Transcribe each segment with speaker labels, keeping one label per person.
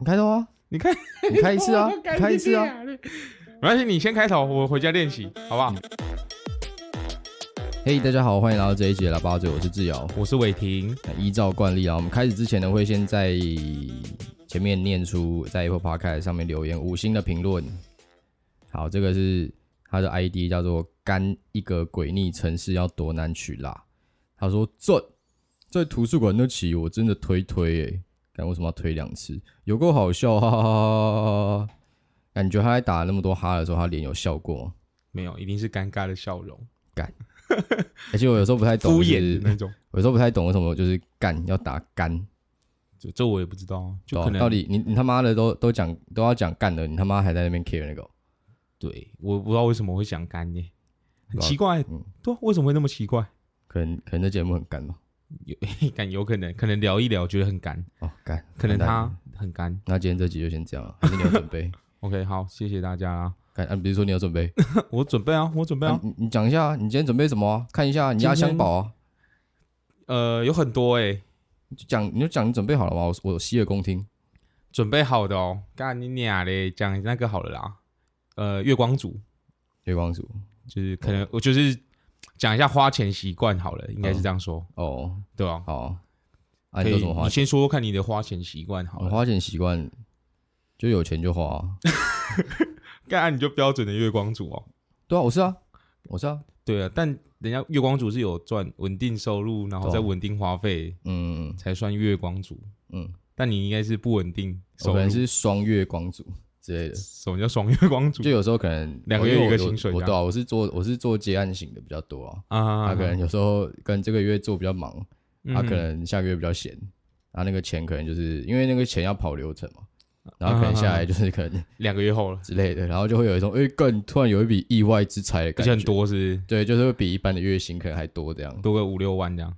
Speaker 1: 你开头啊，
Speaker 2: 你看，
Speaker 1: 你开一次啊
Speaker 2: 我，干
Speaker 1: 你开一次啊
Speaker 2: 你。娘的。没关系，你先开头，我回家练习，好不好？
Speaker 1: 嘿大家好，欢迎来到这一集的喇叭嘴，我是志尧。
Speaker 2: 我是伟霆，
Speaker 1: 那依照惯例啊，我们开始之前呢，会先在前面念出在 Apple Podcast 上面留言五星的评论。好，这个是他的 ID 叫做“干一个诡逆城市要多难取啦”。他说：“这在图书馆那期我真的推推诶、欸，干为什么要推两次？有够好笑，哈哈哈哈哈哈！感觉他在打那么多哈的时候，他脸有笑过吗，
Speaker 2: 没有，一定是尴尬的笑容，
Speaker 1: 而且我有时候不太懂，
Speaker 2: 敷
Speaker 1: 就
Speaker 2: 衍
Speaker 1: 是
Speaker 2: 的那种。
Speaker 1: 我有时候不太懂为什么就是干要打干。”
Speaker 2: 这这我也不知道啊，就
Speaker 1: 对啊
Speaker 2: 可能
Speaker 1: 到底你你他妈的都都讲都要讲干了，你他妈还在那边 care 那个？
Speaker 2: 对，我不知道为什么会想干呢，
Speaker 1: 不
Speaker 2: 很
Speaker 1: 知道
Speaker 2: 奇怪，
Speaker 1: 嗯
Speaker 2: 对啊，为什么会那么奇怪？
Speaker 1: 可能可能这节目很干吧？
Speaker 2: 干有可能，可能聊一聊觉得很干，
Speaker 1: 哦，干，
Speaker 2: 可能
Speaker 1: 完蛋
Speaker 2: 他
Speaker 1: 了
Speaker 2: 很干。
Speaker 1: 那今天这集就先这样了，还是你有准备？
Speaker 2: OK，好，谢谢大家啦。
Speaker 1: 干，啊，比如说你有准备，
Speaker 2: 我准备啊，我准备
Speaker 1: 啊
Speaker 2: 啊，
Speaker 1: 你你讲一下啊，你今天准备什么啊？看一下你压
Speaker 2: 今天
Speaker 1: 箱宝啊，嗯
Speaker 2: 呃，有很多哎，
Speaker 1: 你就讲你就讲你准备好了吗？我我洗耳恭听。
Speaker 2: 准备好的哦。干你俩嘞，讲那个好了啦。呃，月光族
Speaker 1: 月光族
Speaker 2: 就是可能我就是讲一下花钱习惯好了，应该是这样说，
Speaker 1: 哦，
Speaker 2: 对吧？
Speaker 1: 好嗯啊，
Speaker 2: 可
Speaker 1: 你
Speaker 2: 以，
Speaker 1: 都怎么花
Speaker 2: 你
Speaker 1: 钱？
Speaker 2: 先说说看你的花钱习惯好
Speaker 1: 我
Speaker 2: 了。
Speaker 1: 花钱习惯就有钱就花啊，
Speaker 2: 干啊你就标准的月光族哦。
Speaker 1: 对啊，我是啊，我是啊，
Speaker 2: 对啊，但人家月光族是有赚稳定收入，然后
Speaker 1: 啊
Speaker 2: 再稳定花费，
Speaker 1: 嗯
Speaker 2: 才算月光族。
Speaker 1: 嗯，
Speaker 2: 但你应该是不稳定
Speaker 1: 我
Speaker 2: 收
Speaker 1: 可
Speaker 2: 入
Speaker 1: 能。是双月光族之类的。
Speaker 2: 什么叫爽月光族
Speaker 1: 就有时候可能
Speaker 2: 两个
Speaker 1: 因为
Speaker 2: 月
Speaker 1: 我
Speaker 2: 一个薪水
Speaker 1: 我
Speaker 2: 这
Speaker 1: 我
Speaker 2: 样
Speaker 1: 对啊，我是做我是做接案型的比较多啊，他、
Speaker 2: 啊？
Speaker 1: 可能有时候跟这个月做比较忙，他、
Speaker 2: 嗯
Speaker 1: 可能下个月比较闲，他、那个钱可能就是因为那个钱要跑流程嘛，
Speaker 2: 啊
Speaker 1: 然后可能下来就是可能
Speaker 2: 两个月后了，
Speaker 1: 之类的，然后就会有一种哎，更、突然有一笔意外之财的
Speaker 2: 而
Speaker 1: 感
Speaker 2: 且
Speaker 1: 觉，
Speaker 2: 很，多是
Speaker 1: 对，就是会比一般的月薪可能还多这样
Speaker 2: 不是，多个五六万这样，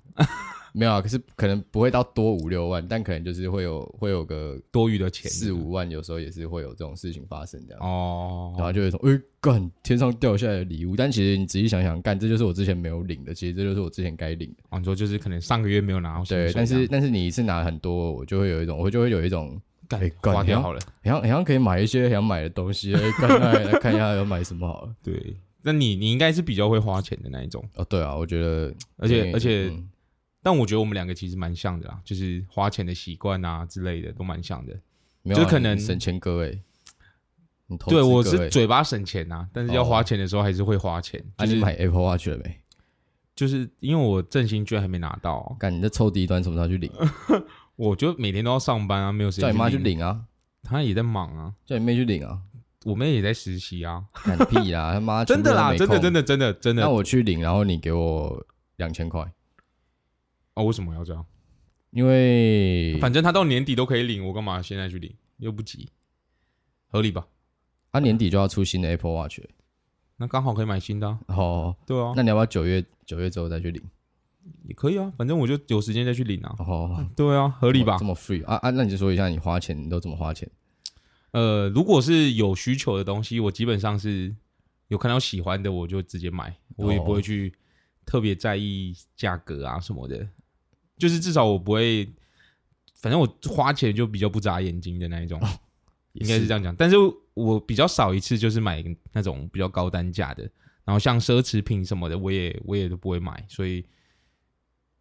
Speaker 1: 没有啊，可是可能不会到多五六万，但可能就是会有会有个
Speaker 2: 多余的钱
Speaker 1: 四五万，有时候也是会有这种事情发生这样。然
Speaker 2: 哦，
Speaker 1: 后就有一种，哎、干天上掉下来的礼物，但其实你仔细想想，干这就是我之前没有领的，其实这就是我之前该领的。
Speaker 2: 哦，你说就是可能上个月没有拿到薪
Speaker 1: 对，
Speaker 2: 哦水这
Speaker 1: 但
Speaker 2: 样，
Speaker 1: 是但是你一次拿很多，我就会有一种，我就会有一种，哎
Speaker 2: 干
Speaker 1: 干
Speaker 2: 花
Speaker 1: 你
Speaker 2: 掉
Speaker 1: 要
Speaker 2: 好了。
Speaker 1: 好像好像可以买一些想买的东西，哎、干那来来看一下要买什么好了。
Speaker 2: 对，那你你应该是比较会花钱的那一种，
Speaker 1: 哦，对啊，我觉得，
Speaker 2: 而且
Speaker 1: 嗯
Speaker 2: 而且，
Speaker 1: 嗯
Speaker 2: 但我觉得我们两个其实蛮像的啦，就是花钱的习惯啊之类的都蛮像的。
Speaker 1: 没有啊
Speaker 2: 就可能
Speaker 1: 你省钱各位，你投资
Speaker 2: 对，我
Speaker 1: 各
Speaker 2: 是
Speaker 1: 位
Speaker 2: 嘴巴省钱啊，但是要
Speaker 1: 哦
Speaker 2: 花钱的时候还是会花钱，
Speaker 1: 啊，
Speaker 2: 就
Speaker 1: 你
Speaker 2: 是
Speaker 1: 买 Apple Watch 了没？
Speaker 2: 就是因为我振兴券还没拿到哦，
Speaker 1: 干，你这臭低端什么时候去领？啊
Speaker 2: 我就每天都要上班啊，没有时间。
Speaker 1: 叫你妈去，领啊，
Speaker 2: 她也在忙啊，
Speaker 1: 叫你妹去领啊，
Speaker 2: 我妹也在实习啊。
Speaker 1: 干屁啦，他妈
Speaker 2: 真的啦，真的
Speaker 1: 的。
Speaker 2: 真的真的真的
Speaker 1: 那。我去领，然后你给我两千块，
Speaker 2: 哦，为什么要这样？
Speaker 1: 因为
Speaker 2: 反正他到年底都可以领，我干嘛现在去领？又不急，合理吧？
Speaker 1: 他年底就要出新的 Apple Watch 了。
Speaker 2: 那刚好可以买新的、啊，
Speaker 1: 哦，
Speaker 2: 对啊，
Speaker 1: 那你要不要九月九月之后再去领？
Speaker 2: 也可以啊，反正我就有时间再去领啊。
Speaker 1: 哦，
Speaker 2: 对啊，合
Speaker 1: 合
Speaker 2: 理吧
Speaker 1: 这？么 free 啊啊！那你就说一下你花钱你都怎么花钱？
Speaker 2: 呃，如果是有需求的东西，我基本上是有看到喜欢的，我就直接买，我也
Speaker 1: 哦
Speaker 2: 不会去特别在意价格啊什么的，就是至少我不会，反正我花钱就比较不眨眼睛的那一种。应该是这样讲。但是我比较少一次就是买那种比较高单价的，然后像奢侈品什么的，我也我也都不会买，所以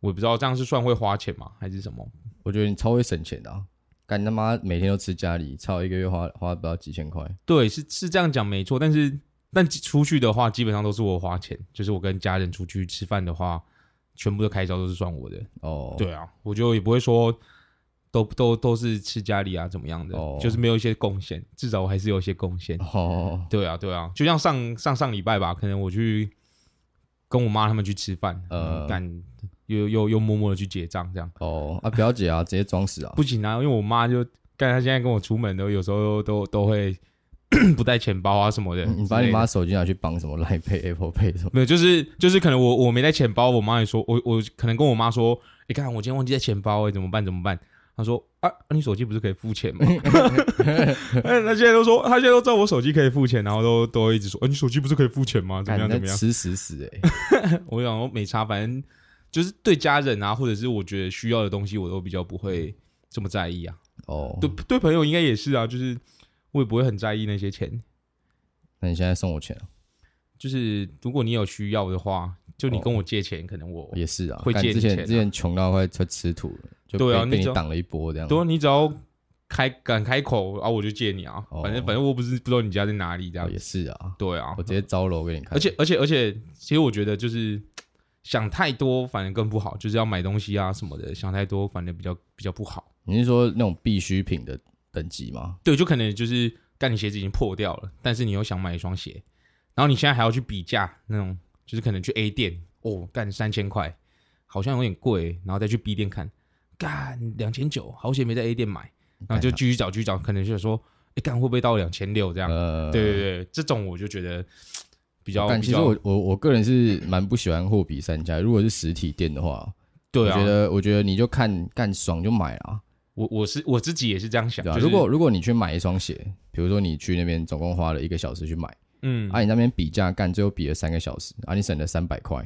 Speaker 2: 我也不知道这样是算会花钱吗，还是什么？
Speaker 1: 我觉得你超会省钱的、啊，干他妈每天都吃家里，操一个月花花不到几千块。
Speaker 2: 对，是是这样讲没错，但是但出去的话，基本上都是我花钱，就是我跟家人出去吃饭的话，全部的开销都是算我的。
Speaker 1: 哦，，
Speaker 2: 对啊，我就也不会说。都都都是吃家里啊，怎么样的
Speaker 1: 哦
Speaker 2: 就是没有一些贡献，至少我还是有一些贡献。
Speaker 1: 哦，
Speaker 2: 对啊，对啊，就像上上上礼拜吧，可能我去跟我妈他们去吃饭，
Speaker 1: 呃
Speaker 2: 呃，但又又又默默的去结账，这样
Speaker 1: 哦啊，表姐啊，直接装死啊！
Speaker 2: 不行啊，因为我妈就干，她现在跟我出门都有时候都都会 不带钱包啊什么的之类的。
Speaker 1: 嗯你把你妈手机拿去绑什么 Line Pay、Apple Pay 什么？
Speaker 2: 没有，就是就是可能我我没带钱包，我妈也说，我我可能跟我妈说，你、看我今天忘记带钱包、欸，怎么办？怎么办？她说啊，你手机不是可以付 钱吗？哎，她现在都说，她现在都知道我手机可以付钱，然后都都一直说，哎、你手机不是可以付钱 吗？怎么
Speaker 1: 干
Speaker 2: 样？
Speaker 1: 那
Speaker 2: 怎么样？
Speaker 1: 吃死死哎、
Speaker 2: 我想说没差，反正就是对家人啊，或者是我觉得需要的东西，我都比较不会这么在意啊。
Speaker 1: 哦，
Speaker 2: 对对，朋友应该也是啊，就是我也不会很在意那些钱，
Speaker 1: 那你现在送我钱啊
Speaker 2: 就是如果你有需要的话，就你跟
Speaker 1: 哦
Speaker 2: 我借钱，可能我
Speaker 1: 也是啊，
Speaker 2: 会
Speaker 1: 干
Speaker 2: 借
Speaker 1: 之
Speaker 2: 你
Speaker 1: 前
Speaker 2: 钱啊
Speaker 1: 之前穷到快快吃土了，就被
Speaker 2: 对啊你
Speaker 1: 被你
Speaker 2: 知道
Speaker 1: 挡了一波这样。
Speaker 2: 对啊，你只要开敢开口啊，我就借你啊，
Speaker 1: 哦
Speaker 2: 反正反正我不是不知道你家在哪里这
Speaker 1: 哦
Speaker 2: 样
Speaker 1: 也，是啊，
Speaker 2: 对啊
Speaker 1: 我，直接招楼给你看。
Speaker 2: 而且而且而且，其实我觉得就是想太多，反而更不好，就是要买东西啊什么的，想太多反而比较比较不好。
Speaker 1: 你是说那种必需品的等级吗？
Speaker 2: 对，就可能就是干你鞋子已经破掉了，但是你又想买一双鞋，然后你现在还要去比价那种，就是可能去 A 店哦，干三千块，好像有点贵，然后再去 B 店看，干两千九，好险没在 A 店买，然后就继续找继续找，可能就说，哎、干会不会到两千六这样？
Speaker 1: 呃，
Speaker 2: 对对对，这种我就觉得比较
Speaker 1: 但
Speaker 2: 比
Speaker 1: 其实
Speaker 2: 较
Speaker 1: 我我我个人是蛮不喜欢货比三家。如果是实体店的话，
Speaker 2: 对啊，
Speaker 1: 我觉得我觉得你就看干爽就买啦，
Speaker 2: 我我是我自己也是这样想，
Speaker 1: 对啊。
Speaker 2: 就是
Speaker 1: 如果如果你去买一双鞋，比如说你去那边总共花了一个小时去买，
Speaker 2: 嗯，
Speaker 1: 啊，你那边比价干，最后比了三个小时，啊，你省了三百块，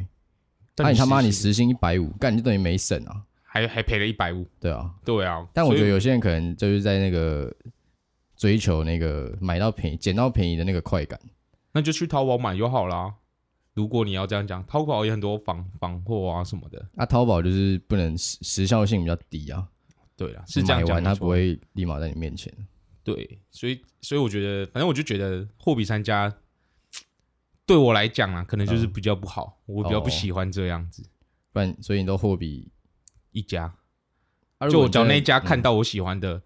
Speaker 2: 但
Speaker 1: 啊，你他妈
Speaker 2: 实
Speaker 1: 你
Speaker 2: 习
Speaker 1: 时薪一百五，干你就等于没省啊，
Speaker 2: 还还赔了一百五，
Speaker 1: 对啊。
Speaker 2: 对啊，
Speaker 1: 但我
Speaker 2: 所以
Speaker 1: 觉得有些人可能就是在那个追求那个买到便宜、捡到便宜的那个快感，
Speaker 2: 那就去淘宝买就好啦。如果你要这样讲，淘宝也很多仿仿货啊什么的。
Speaker 1: 啊，淘宝就是不能时时效性比较低啊，
Speaker 2: 对啦，是这样
Speaker 1: 买
Speaker 2: 讲
Speaker 1: 完
Speaker 2: 没
Speaker 1: 它不
Speaker 2: 错。
Speaker 1: 会立马在你面前。
Speaker 2: 对，所以所以我觉得，反正我就觉得货比三家，对我来讲啊，可能就是比较不好，我比较不
Speaker 1: 哦
Speaker 2: 喜欢这样子、
Speaker 1: 不然，所以你都货比，
Speaker 2: 一家。
Speaker 1: 啊如
Speaker 2: 就
Speaker 1: 果
Speaker 2: 我
Speaker 1: 你
Speaker 2: 找
Speaker 1: 真的
Speaker 2: 那一家看到我喜欢的，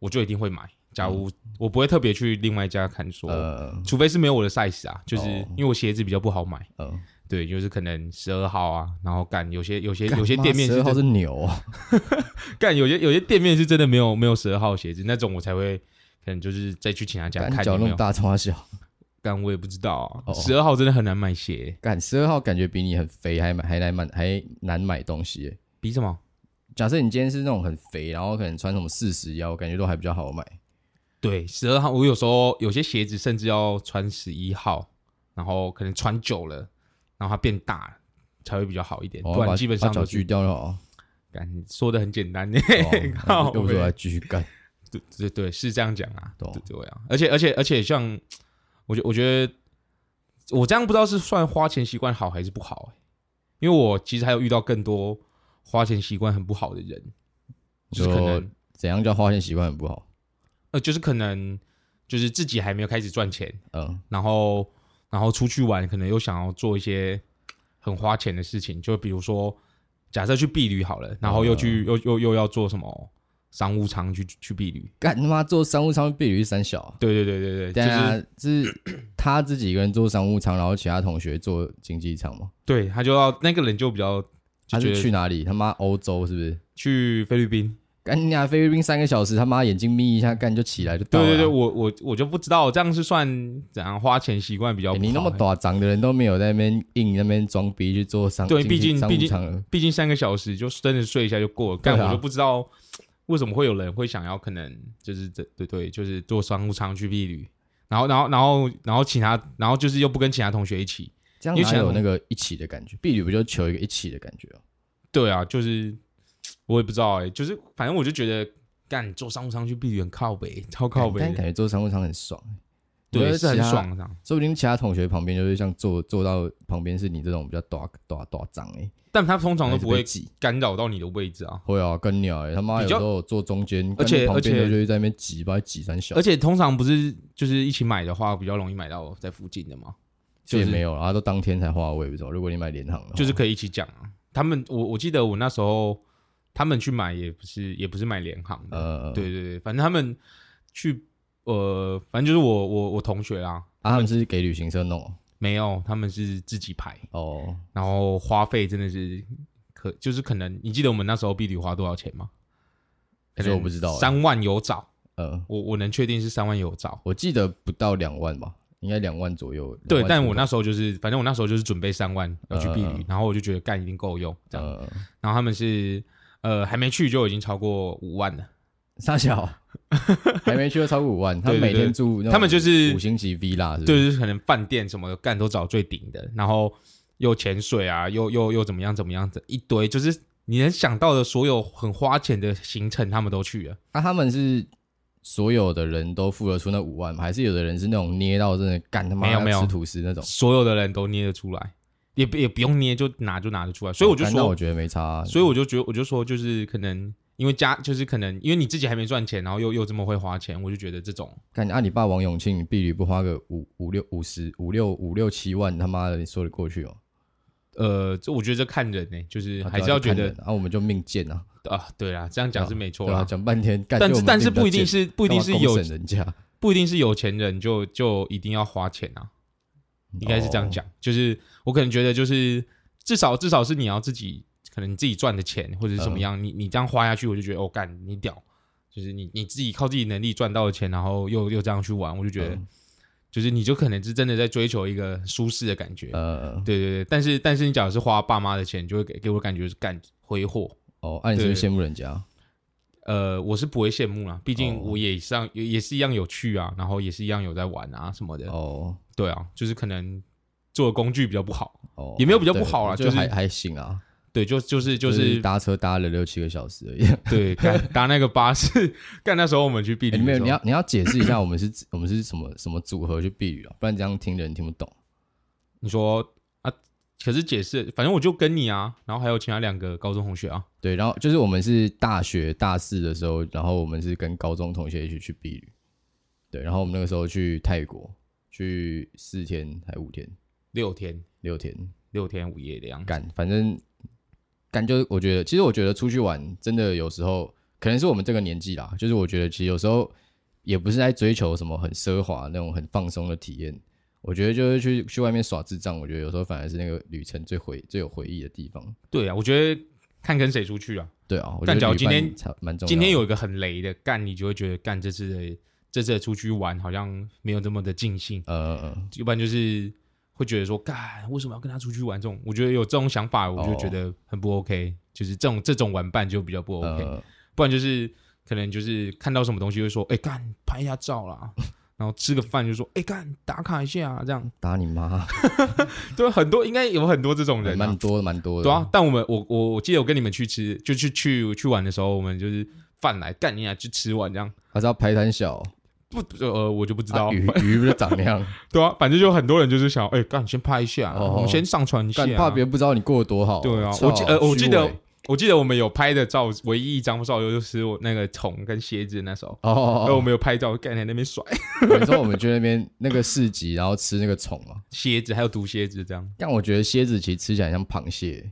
Speaker 2: 我就一定会买。假如我不会特别去另外一家看说，
Speaker 1: 嗯呃
Speaker 2: 除非是没有我的 size 啊，就是
Speaker 1: 哦
Speaker 2: 因为我鞋子比较不好买。
Speaker 1: 呃，
Speaker 2: 对，就是可能十二号啊，然后干有些有些
Speaker 1: 干
Speaker 2: 有些
Speaker 1: 妈
Speaker 2: 店面
Speaker 1: 12
Speaker 2: 是
Speaker 1: 号是牛啊，
Speaker 2: 干有些有些店面是真的没有没有十二号鞋子那种，我才会可能就是再去其他家
Speaker 1: 干
Speaker 2: 看
Speaker 1: 脚
Speaker 2: 有
Speaker 1: 那么
Speaker 2: 没有。
Speaker 1: 大，冲他小，
Speaker 2: 但我也不知道
Speaker 1: 哦
Speaker 2: 啊，十二、号真的很难买鞋，
Speaker 1: 干十二号感觉比你很肥还买还难买还难买东西耶、
Speaker 2: 比什么？
Speaker 1: 假设你今天是那种很肥，然后可能穿什么四十腰，感觉都还比较好买。
Speaker 2: 对，十二号我有时候有些鞋子甚至要穿十一号，然后可能穿久了，然后它变大了才会比较好一点，
Speaker 1: 哦
Speaker 2: 不然
Speaker 1: 把
Speaker 2: 基本上
Speaker 1: 把脚
Speaker 2: 都
Speaker 1: 锯
Speaker 2: 是。
Speaker 1: 掉就好。
Speaker 2: 干说的很简单呢，
Speaker 1: 哦
Speaker 2: 靠，
Speaker 1: 又不
Speaker 2: 北
Speaker 1: 是我来继续干。
Speaker 2: 对对对，是这样讲啊，
Speaker 1: 懂
Speaker 2: 对对啊，而且而且而且像，我觉我觉得我这样不知道是算花钱习惯好还是不好、欸、因为我其实还有遇到更多花钱习惯很不好的人，就是可
Speaker 1: 说
Speaker 2: 能
Speaker 1: 怎样叫花钱习惯很不好？
Speaker 2: 呃，就是可能就是自己还没有开始赚钱，
Speaker 1: 嗯，
Speaker 2: 然后然后出去玩，可能又想要做一些很花钱的事情，就比如说假设去避旅好了，然后又去、又又又要做什么商务舱去去避旅，
Speaker 1: 干他妈做商务舱避驴三小、啊。
Speaker 2: 对对对
Speaker 1: 对
Speaker 2: 对对，就是
Speaker 1: 啊，是他自己一个人做商务舱，然后其他同学做经济舱吗？
Speaker 2: 对他就要那个人就比较
Speaker 1: 他
Speaker 2: 就觉
Speaker 1: 是
Speaker 2: 得
Speaker 1: 去哪里？他妈欧洲是不是？
Speaker 2: 去菲律宾。
Speaker 1: 干你俩菲律宾三个小时，他妈眼睛眯一下，干就起来就到
Speaker 2: 对
Speaker 1: 了啊。
Speaker 2: 对对，我我我就不知道这样是算怎样花钱习惯比较
Speaker 1: 欸
Speaker 2: 不好、
Speaker 1: 你那么
Speaker 2: 欸，
Speaker 1: 短长的人都没有在那边硬那边装逼去做商，
Speaker 2: 对
Speaker 1: 经
Speaker 2: 毕
Speaker 1: 济
Speaker 2: 竟
Speaker 1: 商
Speaker 2: 毕
Speaker 1: 务
Speaker 2: 竟
Speaker 1: 舱了。
Speaker 2: 毕竟三个小时就真的睡一下就过了，
Speaker 1: 对啊
Speaker 2: 但我就不知道为什么会有人会想要可能就是这对对，就是坐商务舱去避旅，然后然后然后然后其他然后就是又不跟其他同学一起，
Speaker 1: 这样
Speaker 2: 因为
Speaker 1: 哪
Speaker 2: 其他
Speaker 1: 有
Speaker 2: 同
Speaker 1: 那个一起的感觉？婢女不就求一个一起的感觉哦、
Speaker 2: 对啊，就是我也不知道哎、就是反正我就觉得干坐商务舱去避旅很靠北，超靠
Speaker 1: 干
Speaker 2: 北
Speaker 1: 但
Speaker 2: 的，
Speaker 1: 感觉做商务舱很爽、欸我觉啊
Speaker 2: 对，
Speaker 1: 得
Speaker 2: 是很
Speaker 1: 其他
Speaker 2: 爽的。
Speaker 1: 说不定其他同学旁边就是像坐坐到旁边是你这种比较大大大张哎，
Speaker 2: 但他通常都
Speaker 1: 还是
Speaker 2: 不
Speaker 1: 被
Speaker 2: 会
Speaker 1: 挤。
Speaker 2: 干扰到你的位置啊。
Speaker 1: 会啊，跟鸟哎、他妈有
Speaker 2: 比
Speaker 1: 时
Speaker 2: 较
Speaker 1: 候我坐中间，
Speaker 2: 而且
Speaker 1: 干旁边
Speaker 2: 而
Speaker 1: 的
Speaker 2: 且
Speaker 1: 就是在那边挤，把它挤三小，
Speaker 2: 而且通常不是就是一起买的话，比较容易买到在附近的嘛，
Speaker 1: 这也
Speaker 2: 就是
Speaker 1: 没有啦，他都当天才花位，不哦知道。如果你买联行的话，
Speaker 2: 就是可以一起讲啊。他们我我记得我那时候他们去买也不是也不是买联行的，
Speaker 1: 呃，
Speaker 2: 对对对，反正他们去呃，反正就是我我我同学啊，
Speaker 1: 啊，他们是给旅行社弄哦
Speaker 2: 没有，他们是自己排，
Speaker 1: 哦，
Speaker 2: 然后花费真的是可就是可能你记得我们那时候避旅花多少钱吗？
Speaker 1: 可是我不知道欸
Speaker 2: 三万有找，
Speaker 1: 呃，
Speaker 2: 我我能确定是三万有找。
Speaker 1: 我记得不到两万吧，应该两万左右。
Speaker 2: 对，
Speaker 1: 2万
Speaker 2: 但
Speaker 1: 出
Speaker 2: 我
Speaker 1: 头
Speaker 2: 那时候就是，反正我那时候就是准备三万要去避旅，
Speaker 1: 嗯嗯嗯
Speaker 2: 然后我就觉得干一定够用这样。
Speaker 1: 呃，
Speaker 2: 然后他们是呃还没去就已经超过五万了，
Speaker 1: 沙 小还没去就超过五万，他
Speaker 2: 对
Speaker 1: 们
Speaker 2: 对
Speaker 1: 每天
Speaker 2: 对
Speaker 1: 住那种
Speaker 2: 他们就是
Speaker 1: 五星级 villa，是不
Speaker 2: 对，
Speaker 1: 是
Speaker 2: 就是可能饭店什么的干都找最顶的，然后又潜水啊，又又又怎么样怎么样的一堆，就是你能想到的所有很花钱的行程，他们都去了。
Speaker 1: 那、啊他们是所有的人都付得出那五万吗？还是有的人是那种捏到真的干他妈
Speaker 2: 没有没有
Speaker 1: 要吃吐司那种？
Speaker 2: 所有的人都捏得出来，也不也不用捏，就拿就拿得出来。所以我
Speaker 1: 哦
Speaker 2: 就
Speaker 1: 干那
Speaker 2: 说
Speaker 1: 我，觉得没差啊、
Speaker 2: 所以我就觉得，我就说，就是可能因为家，就是可能因为你自己还没赚钱，然后又又这么会花钱，我就觉得这种
Speaker 1: 看你啊，你爸王永庆，你婢女不花个五五六五十五六五六七万，他妈的你说得过去哦？
Speaker 2: 呃，这我觉得这看人呢、就是
Speaker 1: 啊
Speaker 2: 还
Speaker 1: 对啊
Speaker 2: 是要
Speaker 1: 就
Speaker 2: 觉
Speaker 1: 看
Speaker 2: 得
Speaker 1: 人啊，我们就命贱啊，
Speaker 2: 啊对啦，这样讲是没错
Speaker 1: 对啊，
Speaker 2: 啦。
Speaker 1: 讲半天，干
Speaker 2: 但
Speaker 1: 就是我们
Speaker 2: 但是
Speaker 1: 命比较
Speaker 2: 不一定
Speaker 1: 贱
Speaker 2: 是不一定是
Speaker 1: 干嘛
Speaker 2: 有
Speaker 1: 公审人家，
Speaker 2: 不一定是有钱人就就一定要花钱啊， 应该是
Speaker 1: 哦
Speaker 2: 这样讲。就是我可能觉得就是至少至少是你要自己可能你自己赚的钱或者
Speaker 1: 嗯
Speaker 2: 是怎么样，你你这样花下去，我就觉得哦干你屌，就是你你自己靠自己能力赚到的钱，然后又又这样去玩，我就觉得、
Speaker 1: 嗯
Speaker 2: 就是你就可能是真的在追求一个舒适的感觉。
Speaker 1: 呃，
Speaker 2: 对对对，但是但是你假如是花爸妈的钱，就会给给我感觉是干挥霍。
Speaker 1: 哦，啊，你是不是
Speaker 2: 对
Speaker 1: 羡慕人家？
Speaker 2: 呃，我是不会羡慕啦，毕竟
Speaker 1: 哦
Speaker 2: 我也上、也也是一样有趣啊，然后也是一样有在玩啊什么的。
Speaker 1: 哦
Speaker 2: 对啊，就是可能做的工具比较不好，
Speaker 1: 哦，
Speaker 2: 也没有比较
Speaker 1: 对
Speaker 2: 不好啦
Speaker 1: 就
Speaker 2: 就是
Speaker 1: 还还行啊，
Speaker 2: 对，就就是就、
Speaker 1: 就是搭车搭了六七个小时而已。
Speaker 2: 对干搭那个巴士，干那时候我们去避
Speaker 1: 欸、
Speaker 2: 旅
Speaker 1: 你
Speaker 2: 的
Speaker 1: 没有，
Speaker 2: 时候
Speaker 1: 你要你要解释一下，我们是 我们是什么什么组合去避雨啊？不然这样听的人听不懂。
Speaker 2: 你说啊，可是解释，反正我就跟你啊，然后还有其他两个高中同学啊，
Speaker 1: 对，然后就是我们是大学大四的时候，然后我们是跟高中同学一起去避旅，对，然后我们那个时候去泰国，去四天还五天
Speaker 2: 六天
Speaker 1: 六天，
Speaker 2: 六天五夜的样子。
Speaker 1: 干，反正干就是我觉得，其实我觉得出去玩真的有时候可能是我们这个年纪啦，就是我觉得其实有时候也不是在追求什么很奢华那种很放松的体验，我觉得就是去去外面耍智障，我觉得有时候反而是那个旅程最回最有回忆的地方。
Speaker 2: 对啊，我觉得看跟谁出去啊，
Speaker 1: 对啊，我觉
Speaker 2: 但假
Speaker 1: 得
Speaker 2: 如
Speaker 1: 旅
Speaker 2: 今
Speaker 1: 伴
Speaker 2: 天
Speaker 1: 才蛮重要的。
Speaker 2: 今天有一个很雷的干，你就会觉得干这次的这次的出去玩好像没有这么的尽兴，
Speaker 1: 呃，
Speaker 2: 要不然就是会觉得说干为什么要跟他出去玩这种，我觉得有这种想法我就觉得很不 OK，、就是这种这种玩伴就比较不 OK，、
Speaker 1: 呃，
Speaker 2: 不然就是可能就是看到什么东西就说哎干拍一下照啦。 然后吃个饭就说，哎、干打卡一下、啊，这样
Speaker 1: 打你妈，
Speaker 2: 对很多应该有很多这种人、啊，
Speaker 1: 蛮多的蛮多的。
Speaker 2: 对啊，但我们我我我记得我跟你们去吃，就去去去玩的时候，我们就是饭来干你俩去吃完这样，
Speaker 1: 还是要排摊小，
Speaker 2: 不呃我就不知
Speaker 1: 啊
Speaker 2: 道，
Speaker 1: 鱼鱼不是长 那样，
Speaker 2: 对啊，反正就很多人就是想，哎、干先拍一下，
Speaker 1: 哦
Speaker 2: 我们先上传一下，啊
Speaker 1: 干怕别人不知道你过得多好。
Speaker 2: 对啊，
Speaker 1: 操
Speaker 2: 我记呃我记
Speaker 1: 虚
Speaker 2: 得
Speaker 1: 伪
Speaker 2: 我记得我们有拍的照，唯一一张照就是我那个虫跟蝎子那时候，
Speaker 1: 哦哦哦
Speaker 2: 然
Speaker 1: 哦
Speaker 2: 呃后我，们有拍照，干在那边甩
Speaker 1: 有时候我们去那边那个市集，然后吃那个虫啊，
Speaker 2: 蝎子，还有毒蝎子这样，
Speaker 1: 但我觉得蝎子其实吃起来很像螃蟹，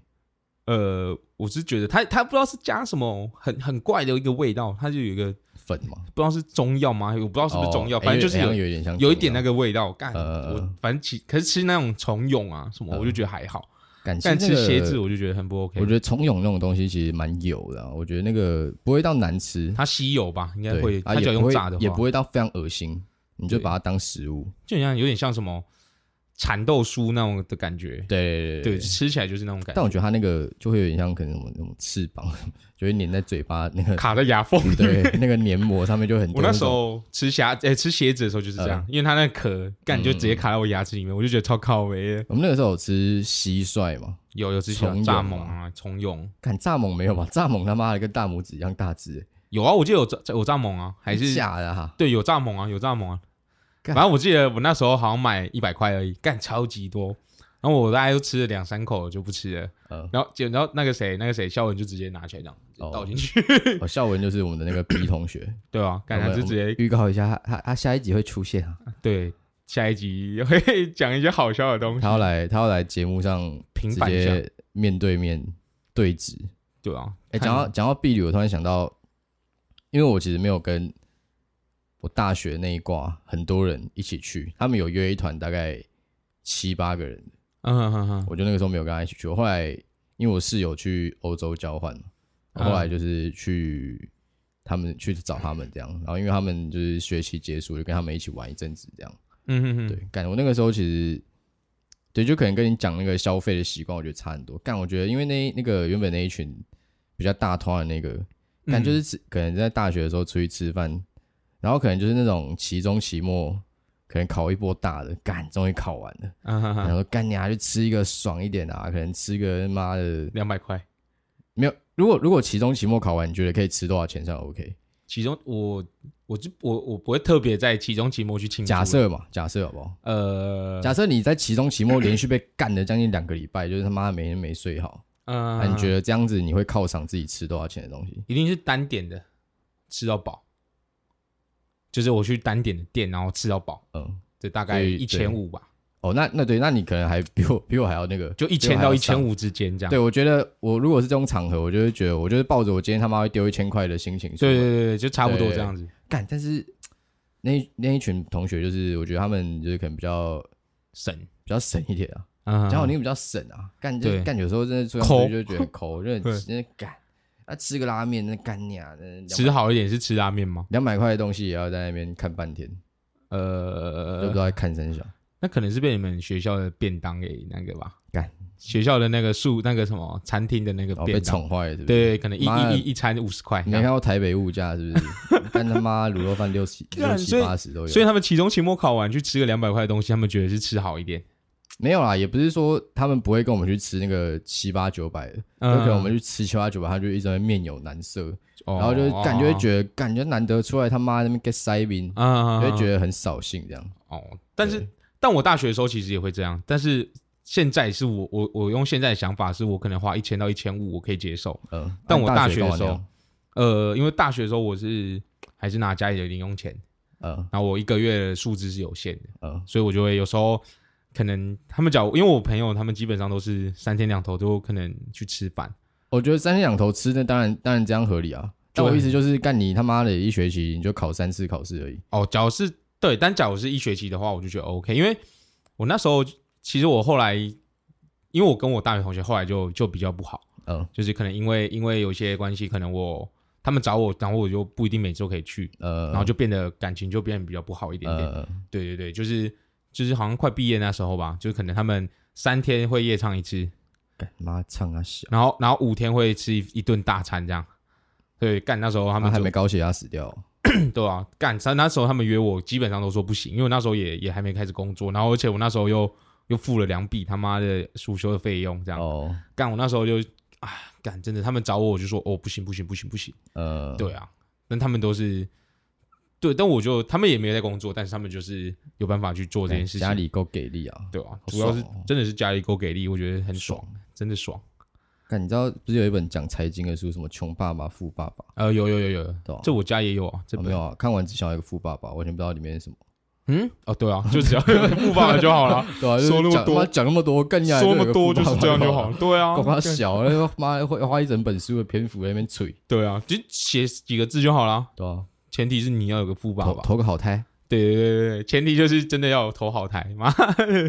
Speaker 2: 呃，我是觉得它它不知道是加什么很很怪的一个味道，它就有一个
Speaker 1: 粉嘛，
Speaker 2: 不知道是中药吗？我不知道是不是中药，
Speaker 1: 哦
Speaker 2: 反正就是
Speaker 1: 哎
Speaker 2: 有
Speaker 1: 好像有一点像中药，
Speaker 2: 有一点那个味道，干、
Speaker 1: 呃
Speaker 2: 我反正其可是吃那种虫蛹啊什么，
Speaker 1: 嗯
Speaker 2: 我就觉得还好，
Speaker 1: 感
Speaker 2: 但吃蝎子
Speaker 1: 子，
Speaker 2: 我就觉得很不 OK。
Speaker 1: 我觉得虫蛹那种东西其实蛮油的啊，我觉得那个不会到难吃，
Speaker 2: 它稀有吧，应该
Speaker 1: 对
Speaker 2: 会，
Speaker 1: 啊
Speaker 2: 它只要
Speaker 1: 也不
Speaker 2: 用炸
Speaker 1: 会
Speaker 2: 的话，
Speaker 1: 也不会到非常恶心，你就
Speaker 2: 对
Speaker 1: 把它当食物，
Speaker 2: 就像有点像什么蚕豆酥那种的感觉，
Speaker 1: 对对
Speaker 2: 对，。吃起来就是那种感
Speaker 1: 但
Speaker 2: 觉，
Speaker 1: 我觉得它那个就会有点像可能什么那种翅膀， 就会粘在嘴巴那 个
Speaker 2: 卡在牙缝里。
Speaker 1: 对那个黏膜上面就很
Speaker 2: 我
Speaker 1: 多种。
Speaker 2: 那时候吃虾，诶、吃蝎子的时候就是这
Speaker 1: 嗯
Speaker 2: 样，因为它那个壳干就直接卡在我牙齿里面，我就觉得超靠味的。
Speaker 1: 我们那个时候有吃蟋蟀嘛，
Speaker 2: 有有吃
Speaker 1: 虫蛹
Speaker 2: 蚱
Speaker 1: 吗
Speaker 2: 蜢啊，虫蛹
Speaker 1: 看蚱蜢没有吧？ 蚱蜢他妈的跟大拇指一样大只、欸，
Speaker 2: 有啊，我记得有蚱有蚱蜢啊，还是
Speaker 1: 假的哈、
Speaker 2: 对，有蚱蜢啊，有蚱蜢啊。
Speaker 1: 干
Speaker 2: 反正我记得我那时候好像买一百块而已，干超级多。然后我大概就吃了两三口就不吃了。
Speaker 1: 嗯
Speaker 2: 然后结然后那个谁，那个谁，肖文就直接拿起来这样
Speaker 1: 哦
Speaker 2: 倒进去，
Speaker 1: 哦，孝文就是我们的那个 B 同学，
Speaker 2: 对吧、啊？ 干
Speaker 1: 我
Speaker 2: 他
Speaker 1: 们
Speaker 2: 就直
Speaker 1: 我们
Speaker 2: 接
Speaker 1: 预告一下，他他他下一集会出现啊，
Speaker 2: 对。下一集会 讲一些好笑的东西
Speaker 1: 他，要来他要来节目上
Speaker 2: 平
Speaker 1: 直
Speaker 2: 反一下，
Speaker 1: 接面对面对质。
Speaker 2: 对啊。
Speaker 1: 哎、
Speaker 2: 看
Speaker 1: 讲到讲到婢女，我突然想到，因为我其实没有跟我大学那一挂很多人一起去，他们有约一团大概七八个人，
Speaker 2: 嗯哼哼哼，
Speaker 1: 我就那个时候没有跟他一起去。我后来因为我室友去欧洲交换嘛，我
Speaker 2: 啊
Speaker 1: 后来就是去他们去找他们这样，然后因为他们就是学期结束，就跟他们一起玩一阵子这样。
Speaker 2: 嗯哼哼，
Speaker 1: 对，感我那个时候其实对，就可能跟你讲那个消费的习惯，我觉得差很多。干，我觉得因为那那个原本那一群比较大团的那个，
Speaker 2: 嗯
Speaker 1: 感就是吃，可能在大学的时候出去吃饭，然后可能就是那种期中期末。可能考一波大的，干终于考完了，
Speaker 2: 嗯哼
Speaker 1: 然
Speaker 2: 哼，
Speaker 1: 啊后干你还去吃一个爽一点的啊，可能吃个妈的
Speaker 2: 两百块，
Speaker 1: 没有，如果如果期中、期末考完，你觉得可以吃多少钱算 OK？
Speaker 2: 其中我我就我我不会特别在期中期末去庆祝。
Speaker 1: 假设嘛，假设好不好？
Speaker 2: 呃
Speaker 1: 假设你在期中、期末连续被干了将近两个礼拜，就是他妈每天没睡好，
Speaker 2: 呃
Speaker 1: 那、，你觉得这样子你会犒赏自己吃多少钱的东西？
Speaker 2: 一定是单点的吃到饱，就是我去单点的店，然后吃到饱，
Speaker 1: 嗯，
Speaker 2: 这大概
Speaker 1: 所以
Speaker 2: 一千五吧，
Speaker 1: 哦，那那对，那你可能还比我比我还要那个，
Speaker 2: 就一千到一千
Speaker 1: 五。
Speaker 2: 五之间这样。
Speaker 1: 对，我觉得我如果是这种场合，我就会觉得，我就是抱着我今天他妈会丢一千块的心情出
Speaker 2: 对
Speaker 1: 门，
Speaker 2: 对对对，就差不多这样子，
Speaker 1: 干。但是那一那一群同学，就是我觉得他们就是可能比较
Speaker 2: 省。
Speaker 1: 比较省一点啊，
Speaker 2: 嗯，
Speaker 1: 蒋好宁比较省啊，干就
Speaker 2: 对
Speaker 1: 干有时候真的出来
Speaker 2: 抠
Speaker 1: 就觉得很抠， 就很
Speaker 2: 对
Speaker 1: 真的干。啊，吃个拉面那干你啊，那
Speaker 2: 吃好一点是吃拉面吗？
Speaker 1: 两百块的东西也要在那边看半天，都不
Speaker 2: 呃
Speaker 1: 知，道在看三小。
Speaker 2: 那可能是被你们学校的便当给那个吧，
Speaker 1: 干
Speaker 2: 学校的那个数那个什么餐厅的那个
Speaker 1: 然后被
Speaker 2: 便当，
Speaker 1: 宠坏了，是不是？，
Speaker 2: 对，可能一
Speaker 1: 妈的
Speaker 2: 一一一餐五十块，
Speaker 1: 你没看过台北物价是不是？ 但他妈卤肉饭六七六
Speaker 2: 干
Speaker 1: 七
Speaker 2: 所以
Speaker 1: 八十都有，
Speaker 2: 所以他们期中、期末考完去吃个两百块的东西，他们觉得是吃好一点。
Speaker 1: 没有啦，也不是说他们不会跟我们去吃那个七八九百的，就
Speaker 2: 嗯
Speaker 1: 可能我们去吃七八九百，他就一直在面有难色，
Speaker 2: 哦
Speaker 1: 然后就感觉觉得感觉难得出来他妈那边 get 塞宾，
Speaker 2: 啊
Speaker 1: 就会觉
Speaker 2: 得
Speaker 1: 得很扫兴这样。
Speaker 2: 哦，但是
Speaker 1: 对
Speaker 2: 但我大学的时候其实也会这样，但是现在是我我我用现在的想法是我可能花一千到一千五我可以接受，
Speaker 1: 嗯，
Speaker 2: 但
Speaker 1: 啊
Speaker 2: 我
Speaker 1: 大
Speaker 2: 大学
Speaker 1: 干
Speaker 2: 的
Speaker 1: 嘛
Speaker 2: 时
Speaker 1: 那
Speaker 2: 候
Speaker 1: 样
Speaker 2: 呃，因为大学的时候我是还是拿家里的零用钱，
Speaker 1: 嗯
Speaker 2: 然后我一个月的数字是有限的，
Speaker 1: 嗯
Speaker 2: 所以我就会有时候可能他们讲，因为我朋友他们基本上都是三天两头都可能去吃饭，
Speaker 1: 我觉得三天两头吃，那当然当然这样合理啊。但我
Speaker 2: 对
Speaker 1: 意思就是，干你他妈的一学期你就考三次考试而已。
Speaker 2: 哦，假如是对，但假如是一学期的话，我就觉得 OK，因为我那时候其实我后来，因为我跟我大学同学后来就就比较不好，
Speaker 1: 嗯
Speaker 2: 就是可能因为因为有一些关系，可能我他们找我，然后我就不一定每周可以去，
Speaker 1: 呃，
Speaker 2: 然后就变得感情就变得比较不好一点点。
Speaker 1: 呃
Speaker 2: 对对对，就是就是好像快毕业那时候吧，就是可能他们三天会夜唱一次，
Speaker 1: 干妈唱啊小，
Speaker 2: 然后然后五天会吃一一顿大餐这样。对，干那时候他
Speaker 1: 他
Speaker 2: 们
Speaker 1: 啊还
Speaker 2: 就
Speaker 1: 没高血压死掉哦。
Speaker 2: 对啊，干，那那时候他们约我，基本上都说不行，因为我那时候也也还没开始工作，然后而且我那时候又又付了两笔他妈的暑修的费用，这样、
Speaker 1: 哦，
Speaker 2: 干，我那时候就啊，干，真的，他们找我，我就说哦，不行不行不行不行，
Speaker 1: 呃，
Speaker 2: 对啊，但他们都是对，但我就他们也没有在工作，但是他们就是有办法去做这件事情，
Speaker 1: 哎家里够给力啊。
Speaker 2: 对啊，
Speaker 1: 好
Speaker 2: 主要是
Speaker 1: 爽哦
Speaker 2: 真的是家里够给力，我觉得很爽，真的爽，
Speaker 1: 看，你知道不是有一本讲财经的书，什么《穷爸爸》《富爸爸》
Speaker 2: 呃，有有有有
Speaker 1: 对啊，
Speaker 2: 这我家也有啊，这
Speaker 1: 哦？
Speaker 2: 本
Speaker 1: 没有啊，看完只想要一个富爸爸，完全不知道里面是什么。
Speaker 2: 嗯，哦对啊，就 只要不发了就好了。
Speaker 1: 对啊，就是
Speaker 2: 说那么
Speaker 1: 讲
Speaker 2: 多
Speaker 1: 妈讲那么多，更加
Speaker 2: 说那么多就是这样就好
Speaker 1: 了。
Speaker 2: 了，对啊，
Speaker 1: 够他 小，那个妈会花一整本书的篇幅在那边吹，
Speaker 2: 对啊，就写几个字就好啦。
Speaker 1: 对啊，
Speaker 2: 前提是你要有个富爸
Speaker 1: 投
Speaker 2: 爸。
Speaker 1: 投个好 胎。
Speaker 2: 对对对对，前提就是真的要有投好胎。妈，